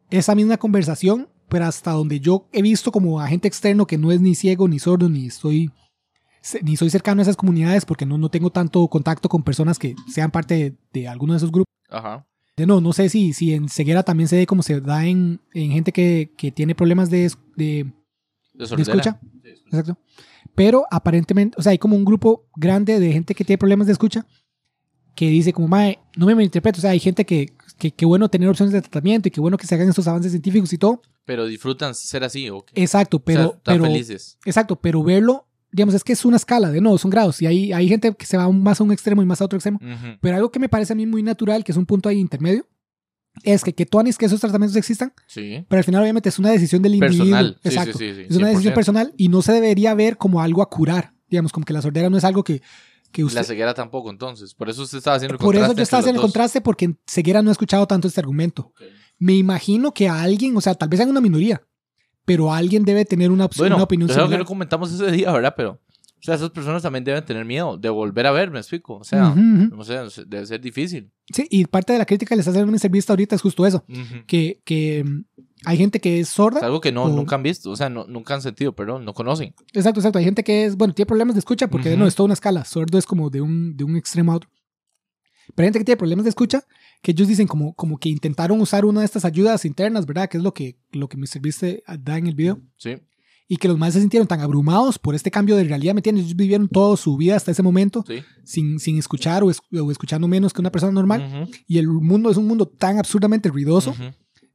Speaker 1: esa misma conversación, pero hasta donde yo he visto como agente externo que no es ni ciego, ni sordo, ni estoy se- ni soy cercano a esas comunidades porque no, no tengo tanto contacto con personas que sean parte de, de alguno de esos grupos.
Speaker 2: Ajá.
Speaker 1: De no, no sé si, si en ceguera también se ve como se da en, en gente que, que tiene problemas de, es- de,
Speaker 2: De
Speaker 1: ¿Me
Speaker 2: sordera.
Speaker 1: escucha?
Speaker 2: Sí, escucha.
Speaker 1: Exacto. Pero aparentemente, o sea, hay como un grupo grande de gente que tiene problemas de escucha que dice como, mae, no me malinterpreto, o sea, hay gente que, que, que bueno tener opciones de tratamiento y que bueno que se hagan estos avances científicos y todo.
Speaker 2: Pero disfrutan ser así, ¿o qué?
Speaker 1: Exacto,
Speaker 2: O sea,
Speaker 1: pero,
Speaker 2: están
Speaker 1: pero,
Speaker 2: felices.
Speaker 1: exacto, pero verlo, digamos, es que es una escala de no, son grados y hay, hay gente que se va más a un extremo y más a otro extremo.
Speaker 2: Ujú.
Speaker 1: Pero algo que me parece a mí muy natural, que es un punto ahí intermedio, es que que tú que esos tratamientos existan,
Speaker 2: Sí.
Speaker 1: pero al final obviamente es una decisión del individuo.
Speaker 2: Personal. Sí,
Speaker 1: Exacto.
Speaker 2: sí, sí, sí,
Speaker 1: Es una decisión
Speaker 2: 100%.
Speaker 1: personal y no se debería ver como algo a curar. Digamos, como que la sordera no es algo que, que usted.
Speaker 2: La ceguera tampoco, entonces. Por eso usted estaba haciendo el
Speaker 1: Por
Speaker 2: contraste.
Speaker 1: eso yo estaba
Speaker 2: entre
Speaker 1: haciendo el
Speaker 2: los dos.
Speaker 1: contraste, porque en ceguera no he escuchado tanto este argumento. Me imagino que a alguien, o sea, tal vez en una minoría, pero alguien debe tener una, opción,
Speaker 2: Bueno,
Speaker 1: pues, una opinión
Speaker 2: es algo que
Speaker 1: similar.
Speaker 2: no comentamos ese día, ¿verdad? Pero, o sea, esas personas también deben tener miedo de volver a ver, ¿me explico? O sea,
Speaker 1: Ujú, ujú.
Speaker 2: no sé, se- debe ser difícil.
Speaker 1: Sí, y parte de la crítica que les hacen en esta entrevista ahorita es justo eso: que, que mm, hay gente que es
Speaker 2: Es
Speaker 1: sorda.
Speaker 2: algo que no,
Speaker 1: O-
Speaker 2: nunca han visto, o sea, no- nunca han sentido, perdón, no conocen.
Speaker 1: Exacto, exacto. Hay gente que es, bueno, tiene problemas de escucha porque
Speaker 2: Ujú.
Speaker 1: no es toda una escala. Sordo es como de un, de un extremo a otro. Pero hay gente que tiene problemas de escucha que ellos dicen como, como que intentaron usar una de estas ayudas internas, ¿verdad? Que es lo que, lo que me serviste ah, da en el video.
Speaker 2: Sí,
Speaker 1: Y que los más se sintieron tan abrumados por este cambio de realidad, ¿me entiendes? Ellos vivieron toda su vida hasta ese momento
Speaker 2: sí.
Speaker 1: sin, sin escuchar o, es- o escuchando menos que una persona normal.
Speaker 2: Ujú,
Speaker 1: Y el mundo es un mundo tan absurdamente ruidoso
Speaker 2: ujú,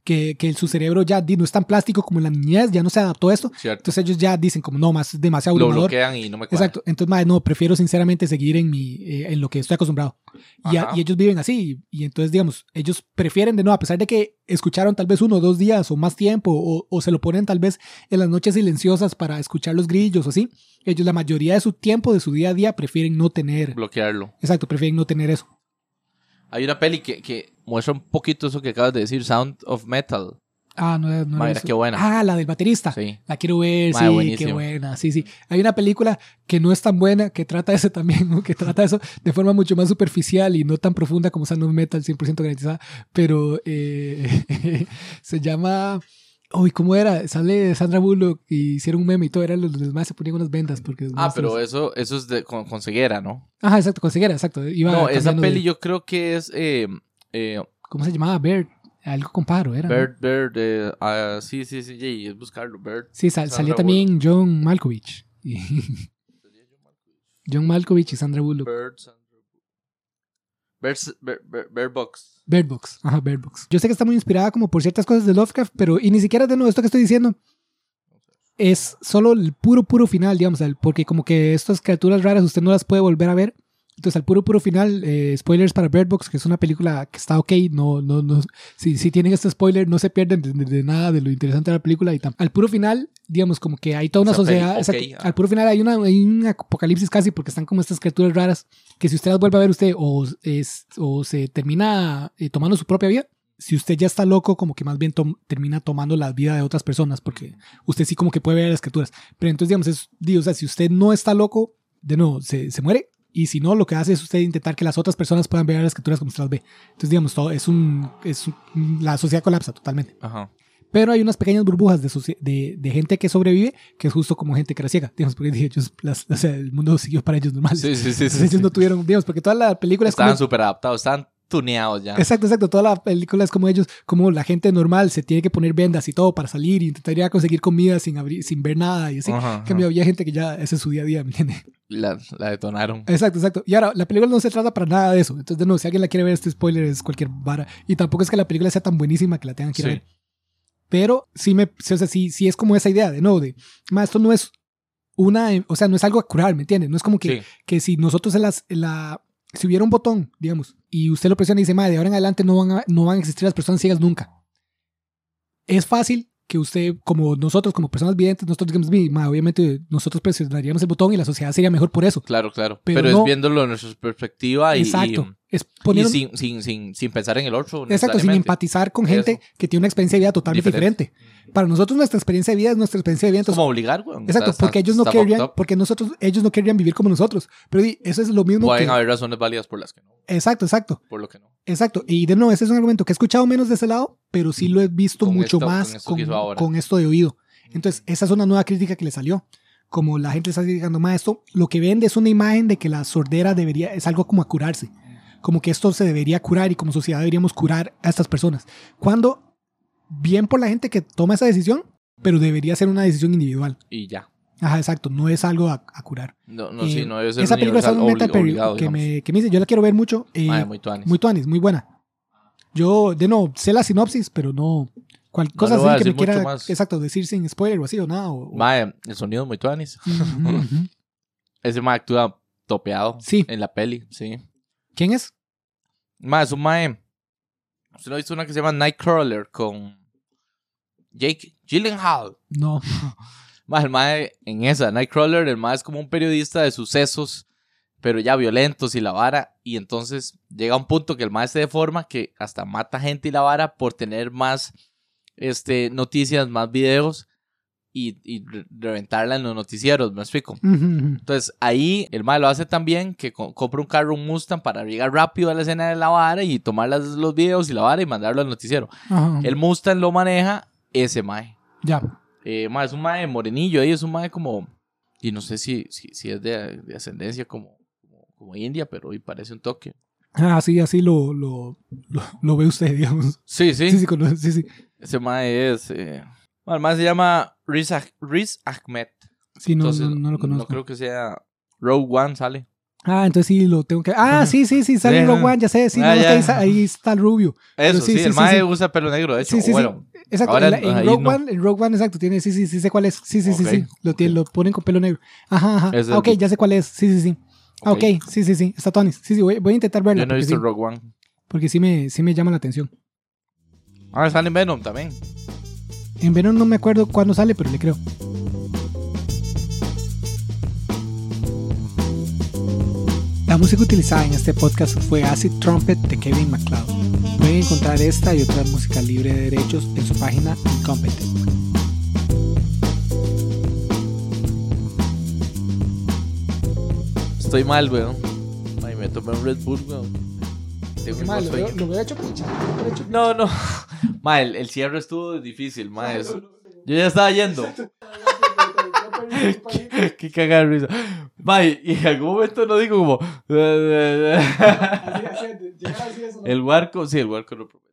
Speaker 1: que, que su cerebro ya di, no es tan plástico como en la niñez, ya no se adaptó a esto.
Speaker 2: Cierto.
Speaker 1: Entonces ellos ya dicen como, no, más es demasiado
Speaker 2: Lo
Speaker 1: abrumador.
Speaker 2: bloquean y no me cuadra.
Speaker 1: Exacto. Entonces, madre, no, prefiero sinceramente seguir en mi eh, en lo que estoy acostumbrado. Y, a-
Speaker 2: Ajá.
Speaker 1: y ellos viven así. Y, y entonces, digamos, ellos prefieren de no, a pesar de que escucharon tal vez uno o dos días o más tiempo, o, o se lo ponen tal vez en las noches silenciosas para escuchar los grillos o así, ellos la mayoría de su tiempo, de su día a día, prefieren no tener.
Speaker 2: Bloquearlo.
Speaker 1: Exacto, prefieren no tener eso.
Speaker 2: Hay una peli que, que muestra un poquito eso que acabas de decir, Sound of Metal.
Speaker 1: Ah, no, no.
Speaker 2: Madre,
Speaker 1: no, eso.
Speaker 2: qué buena.
Speaker 1: Ah, la del baterista.
Speaker 2: Sí.
Speaker 1: La quiero ver,
Speaker 2: Madre,
Speaker 1: sí,
Speaker 2: buenísimo.
Speaker 1: qué buena, sí, sí. Hay una película que no es tan buena, que trata eso también, ¿no? que trata eso de forma mucho más superficial y no tan profunda como Sound of Metal, 100% garantizada, pero eh, se llama... Uy, ¿cómo era? Sale Sandra Bullock y hicieron un meme y todo, eran los, los más se ponían unas vendas porque... los
Speaker 2: Ah,
Speaker 1: más-
Speaker 2: pero eso, eso es de, con, con ceguera, ¿no?
Speaker 1: Ajá, exacto, consiguiera, exacto. Iba
Speaker 2: No, esa
Speaker 1: cambiando de-
Speaker 2: peli yo creo que es eh, eh,
Speaker 1: ¿Cómo se llamaba? Bird, algo con pájaro, era. ¿no?
Speaker 2: Bird, Bird, eh, ah, sí, sí, sí, sí, es buscarlo, Bird.
Speaker 1: Sí, sal-
Speaker 2: Sandra
Speaker 1: salía
Speaker 2: Bullock.
Speaker 1: también John Malkovich. Y- John Malkovich y Sandra Bullock.
Speaker 2: Bird, Bird, Bird, Bird, Bird Box.
Speaker 1: Bird Box, ajá, Bird Box. Yo sé que está muy inspirada como por ciertas cosas de Lovecraft, pero y ni siquiera de nuevo esto que estoy diciendo es solo el puro puro final, digamos, al- porque como que estas criaturas raras usted no las puede volver a ver. Entonces, al puro puro final, eh, spoilers para Bird Box, que es una película que está ok, no no no si, si tienen este spoiler no se pierden de, de- de nada de lo interesante de la película y tam- al puro final, digamos, como que hay toda una
Speaker 2: O sea,
Speaker 1: sociedad,
Speaker 2: peli-
Speaker 1: exacto,
Speaker 2: ok, ah.
Speaker 1: al puro final hay una hay un apocalipsis casi porque están como estas criaturas raras que si usted las vuelve a ver usted o, es, o se termina eh, tomando su propia vida, si usted ya está loco, como que más bien tom- termina tomando la vida de otras personas, porque usted sí como que puede ver las criaturas. Pero entonces, digamos, es, di, o sea, si usted no está loco, de nuevo, se, se muere. Y si no, lo que hace es usted intentar que las otras personas puedan ver a las criaturas como usted las ve. Entonces, digamos, todo es un, es un- la sociedad colapsa totalmente.
Speaker 2: Ajá.
Speaker 1: Pero hay unas pequeñas burbujas de, socie- de, de gente que sobrevive, que es justo como gente que era ciega. Digamos, porque ellos, las- o sea, el mundo siguió para ellos normal.
Speaker 2: Sí, sí, sí. sí,
Speaker 1: Entonces ellos
Speaker 2: sí.
Speaker 1: no tuvieron, digamos, porque toda la película es como
Speaker 2: Estaban súper adaptados, estaban tuneados ya.
Speaker 1: Exacto, exacto. Toda la película es como ellos, como la gente normal se tiene que poner vendas y todo para salir y intentar ir a conseguir comida sin, abrir, sin ver nada y así.
Speaker 2: Ajá,
Speaker 1: En
Speaker 2: ajá.
Speaker 1: cambio, había gente que ya ese es su día a día, ¿me entiendes?
Speaker 2: La, la detonaron.
Speaker 1: Exacto, exacto. Y ahora, la película no se trata para nada de eso. Entonces, de nuevo, si alguien la quiere ver, este spoiler es cualquier vara. Y tampoco es que la película sea tan buenísima que la tengan que ir a
Speaker 2: Sí.
Speaker 1: ver. Pero sí me, sí, o sea, sí, sí es como esa idea de no, de, ma, esto no es una, o sea, no es algo a curar, ¿me entiendes? No es como que
Speaker 2: Sí.
Speaker 1: que si nosotros en las, en la, si hubiera un botón, digamos, y usted lo presiona y dice, madre, de ahora en adelante no van a, no van a existir las personas ciegas nunca. Es fácil que usted, como nosotros, como personas videntes, nosotros digamos, "Mi, ma, obviamente nosotros presionaríamos el botón y la sociedad sería mejor por eso.
Speaker 2: Claro, claro.
Speaker 1: Pero
Speaker 2: Pero,
Speaker 1: no-
Speaker 2: es viéndolo de nuestra perspectiva Ah, y,
Speaker 1: Exacto. es
Speaker 2: y- y
Speaker 1: poner,
Speaker 2: sin, sin, sin, sin pensar en el otro.
Speaker 1: exacto, sin
Speaker 2: necesariamente.
Speaker 1: empatizar con gente
Speaker 2: Eso.
Speaker 1: que tiene una experiencia de vida totalmente diferente.
Speaker 2: Diferente.
Speaker 1: Para nosotros nuestra experiencia de vida es nuestra experiencia de vida.
Speaker 2: Es
Speaker 1: entonces-
Speaker 2: como obligar, güey.
Speaker 1: exacto, porque ellos no querrían, porque nosotros, ellos no querrían vivir como nosotros. Pero di, eso es lo mismo
Speaker 2: Pueden
Speaker 1: que-
Speaker 2: haber razones válidas por las que no.
Speaker 1: Exacto, exacto.
Speaker 2: Por lo que no.
Speaker 1: Exacto, y de nuevo, ese es un argumento que he escuchado menos de ese lado, pero sí lo he visto
Speaker 2: Con
Speaker 1: mucho
Speaker 2: esto-
Speaker 1: más
Speaker 2: con
Speaker 1: con,
Speaker 2: esto que hizo ahora.
Speaker 1: con esto de oído. Entonces, esa es una nueva crítica que le salió. Como la gente está criticando más esto, lo que vende es una imagen de que la sordera debería, es algo como a curarse. Como que esto se debería curar y como sociedad deberíamos curar a estas personas. Cuando, bien por la gente que toma esa decisión, pero debería ser una decisión individual.
Speaker 2: Y ya.
Speaker 1: Ajá, exacto, no es algo a, a curar.
Speaker 2: No, no,
Speaker 1: Eh,
Speaker 2: sí, no debe ser
Speaker 1: esa película es
Speaker 2: universal,
Speaker 1: algo meta
Speaker 2: obli-
Speaker 1: pero
Speaker 2: obligado,
Speaker 1: que
Speaker 2: digamos.
Speaker 1: me, que me dice, yo la quiero ver mucho. eh,
Speaker 2: Madre, muy tuanis.
Speaker 1: muy tuanis, muy buena. Yo, de no, sé la sinopsis, pero no. Cual,
Speaker 2: No
Speaker 1: cosas
Speaker 2: le voy a
Speaker 1: así que
Speaker 2: decir
Speaker 1: me quiera
Speaker 2: mucho más.
Speaker 1: exacto, decir sin spoiler o así o nada. o- o-
Speaker 2: Madre, el sonido es muy tuanis.
Speaker 1: Ujú, ujú.
Speaker 2: Ese mae actúa topeado.
Speaker 1: Sí.
Speaker 2: En la peli, sí.
Speaker 1: ¿Quién es?
Speaker 2: Mae, es un mae. Usted no ha visto una que se llama Nightcrawler con Jake Gyllenhaal.
Speaker 1: No.
Speaker 2: Mae, el mae en esa, Nightcrawler, el mae es como un periodista de sucesos, pero ya violentos y la vara. Y entonces llega un punto que el mae se deforma, que hasta mata gente y la vara por tener más este, noticias, más videos y, y re- reventarla en los noticieros, ¿me explico?
Speaker 1: Ujú, ujú.
Speaker 2: Entonces ahí el mae lo hace tan bien que co- compra un carro, un Mustang, para llegar rápido a la escena de la vara y tomar las- los videos y la vara y mandarlo al noticiero.
Speaker 1: Ajá,
Speaker 2: El Mustang lo maneja ese mae.
Speaker 1: ya.
Speaker 2: Eh, ma, es un mae morenillo, ahí es un mae como. Y no sé si, si, si es de, de ascendencia como, como, como india, pero hoy parece un toque.
Speaker 1: Ah, sí, así lo, lo, lo, lo ve usted, digamos.
Speaker 2: Sí, sí.
Speaker 1: Sí, sí, conoce- sí, sí.
Speaker 2: Ese mae es. eh, ma, el mae se llama Riz, Ah- Riz Ahmed.
Speaker 1: Sí, no,
Speaker 2: Entonces,
Speaker 1: no, no lo conozco.
Speaker 2: No creo que sea. Rogue One sale.
Speaker 1: Ah, entonces sí lo tengo que. Ah, sí, sí, sí, sale
Speaker 2: Sí,
Speaker 1: en Rogue
Speaker 2: ajá.
Speaker 1: One, ya sé, sí,
Speaker 2: Ah,
Speaker 1: no,
Speaker 2: ya.
Speaker 1: Ahí, está, ahí está el rubio.
Speaker 2: Eso,
Speaker 1: sí,
Speaker 2: sí,
Speaker 1: sí,
Speaker 2: el
Speaker 1: sí,
Speaker 2: mae
Speaker 1: sí.
Speaker 2: usa pelo negro, de hecho.
Speaker 1: Sí, sí, sí.
Speaker 2: bueno,
Speaker 1: Exacto,
Speaker 2: Ahora,
Speaker 1: en, la- en
Speaker 2: ahí
Speaker 1: Rogue
Speaker 2: no.
Speaker 1: One, en Rogue One, exacto, tiene, sí, sí, sí sé cuál es. Sí, sí, sí, sí.
Speaker 2: Ok,
Speaker 1: Lo, tiene,
Speaker 2: ok.
Speaker 1: lo ponen con pelo negro. Ajá, ajá.
Speaker 2: Es
Speaker 1: Ah,
Speaker 2: el-
Speaker 1: ok, ya sé cuál es. Sí, sí, sí. Ah, ok, sí, sí, sí. Está Tonis. Sí, sí, voy, voy a intentar verlo.
Speaker 2: Yo no he
Speaker 1: porque
Speaker 2: visto
Speaker 1: sí,
Speaker 2: Rogue One.
Speaker 1: Porque sí me, sí me llama la atención.
Speaker 2: Ah, sale en Venom también.
Speaker 1: En Venom no me acuerdo cuándo sale, pero le creo. La música utilizada en este podcast fue Acid Trumpet de Kevin MacLeod. Pueden encontrar esta y otra música libre de derechos en su página Incompetent.
Speaker 2: Estoy mal, weón. Ay, me tomé un Red Bull, weón. Tengo un sueño.
Speaker 1: hubiera hecho picha.
Speaker 2: No, no. Ma, el, el cierre estuvo difícil, ma. eso. Yo ya estaba yendo. qué qué cagada de risa. Ma, y y en algún momento no digo como. el barco, sí, el barco no.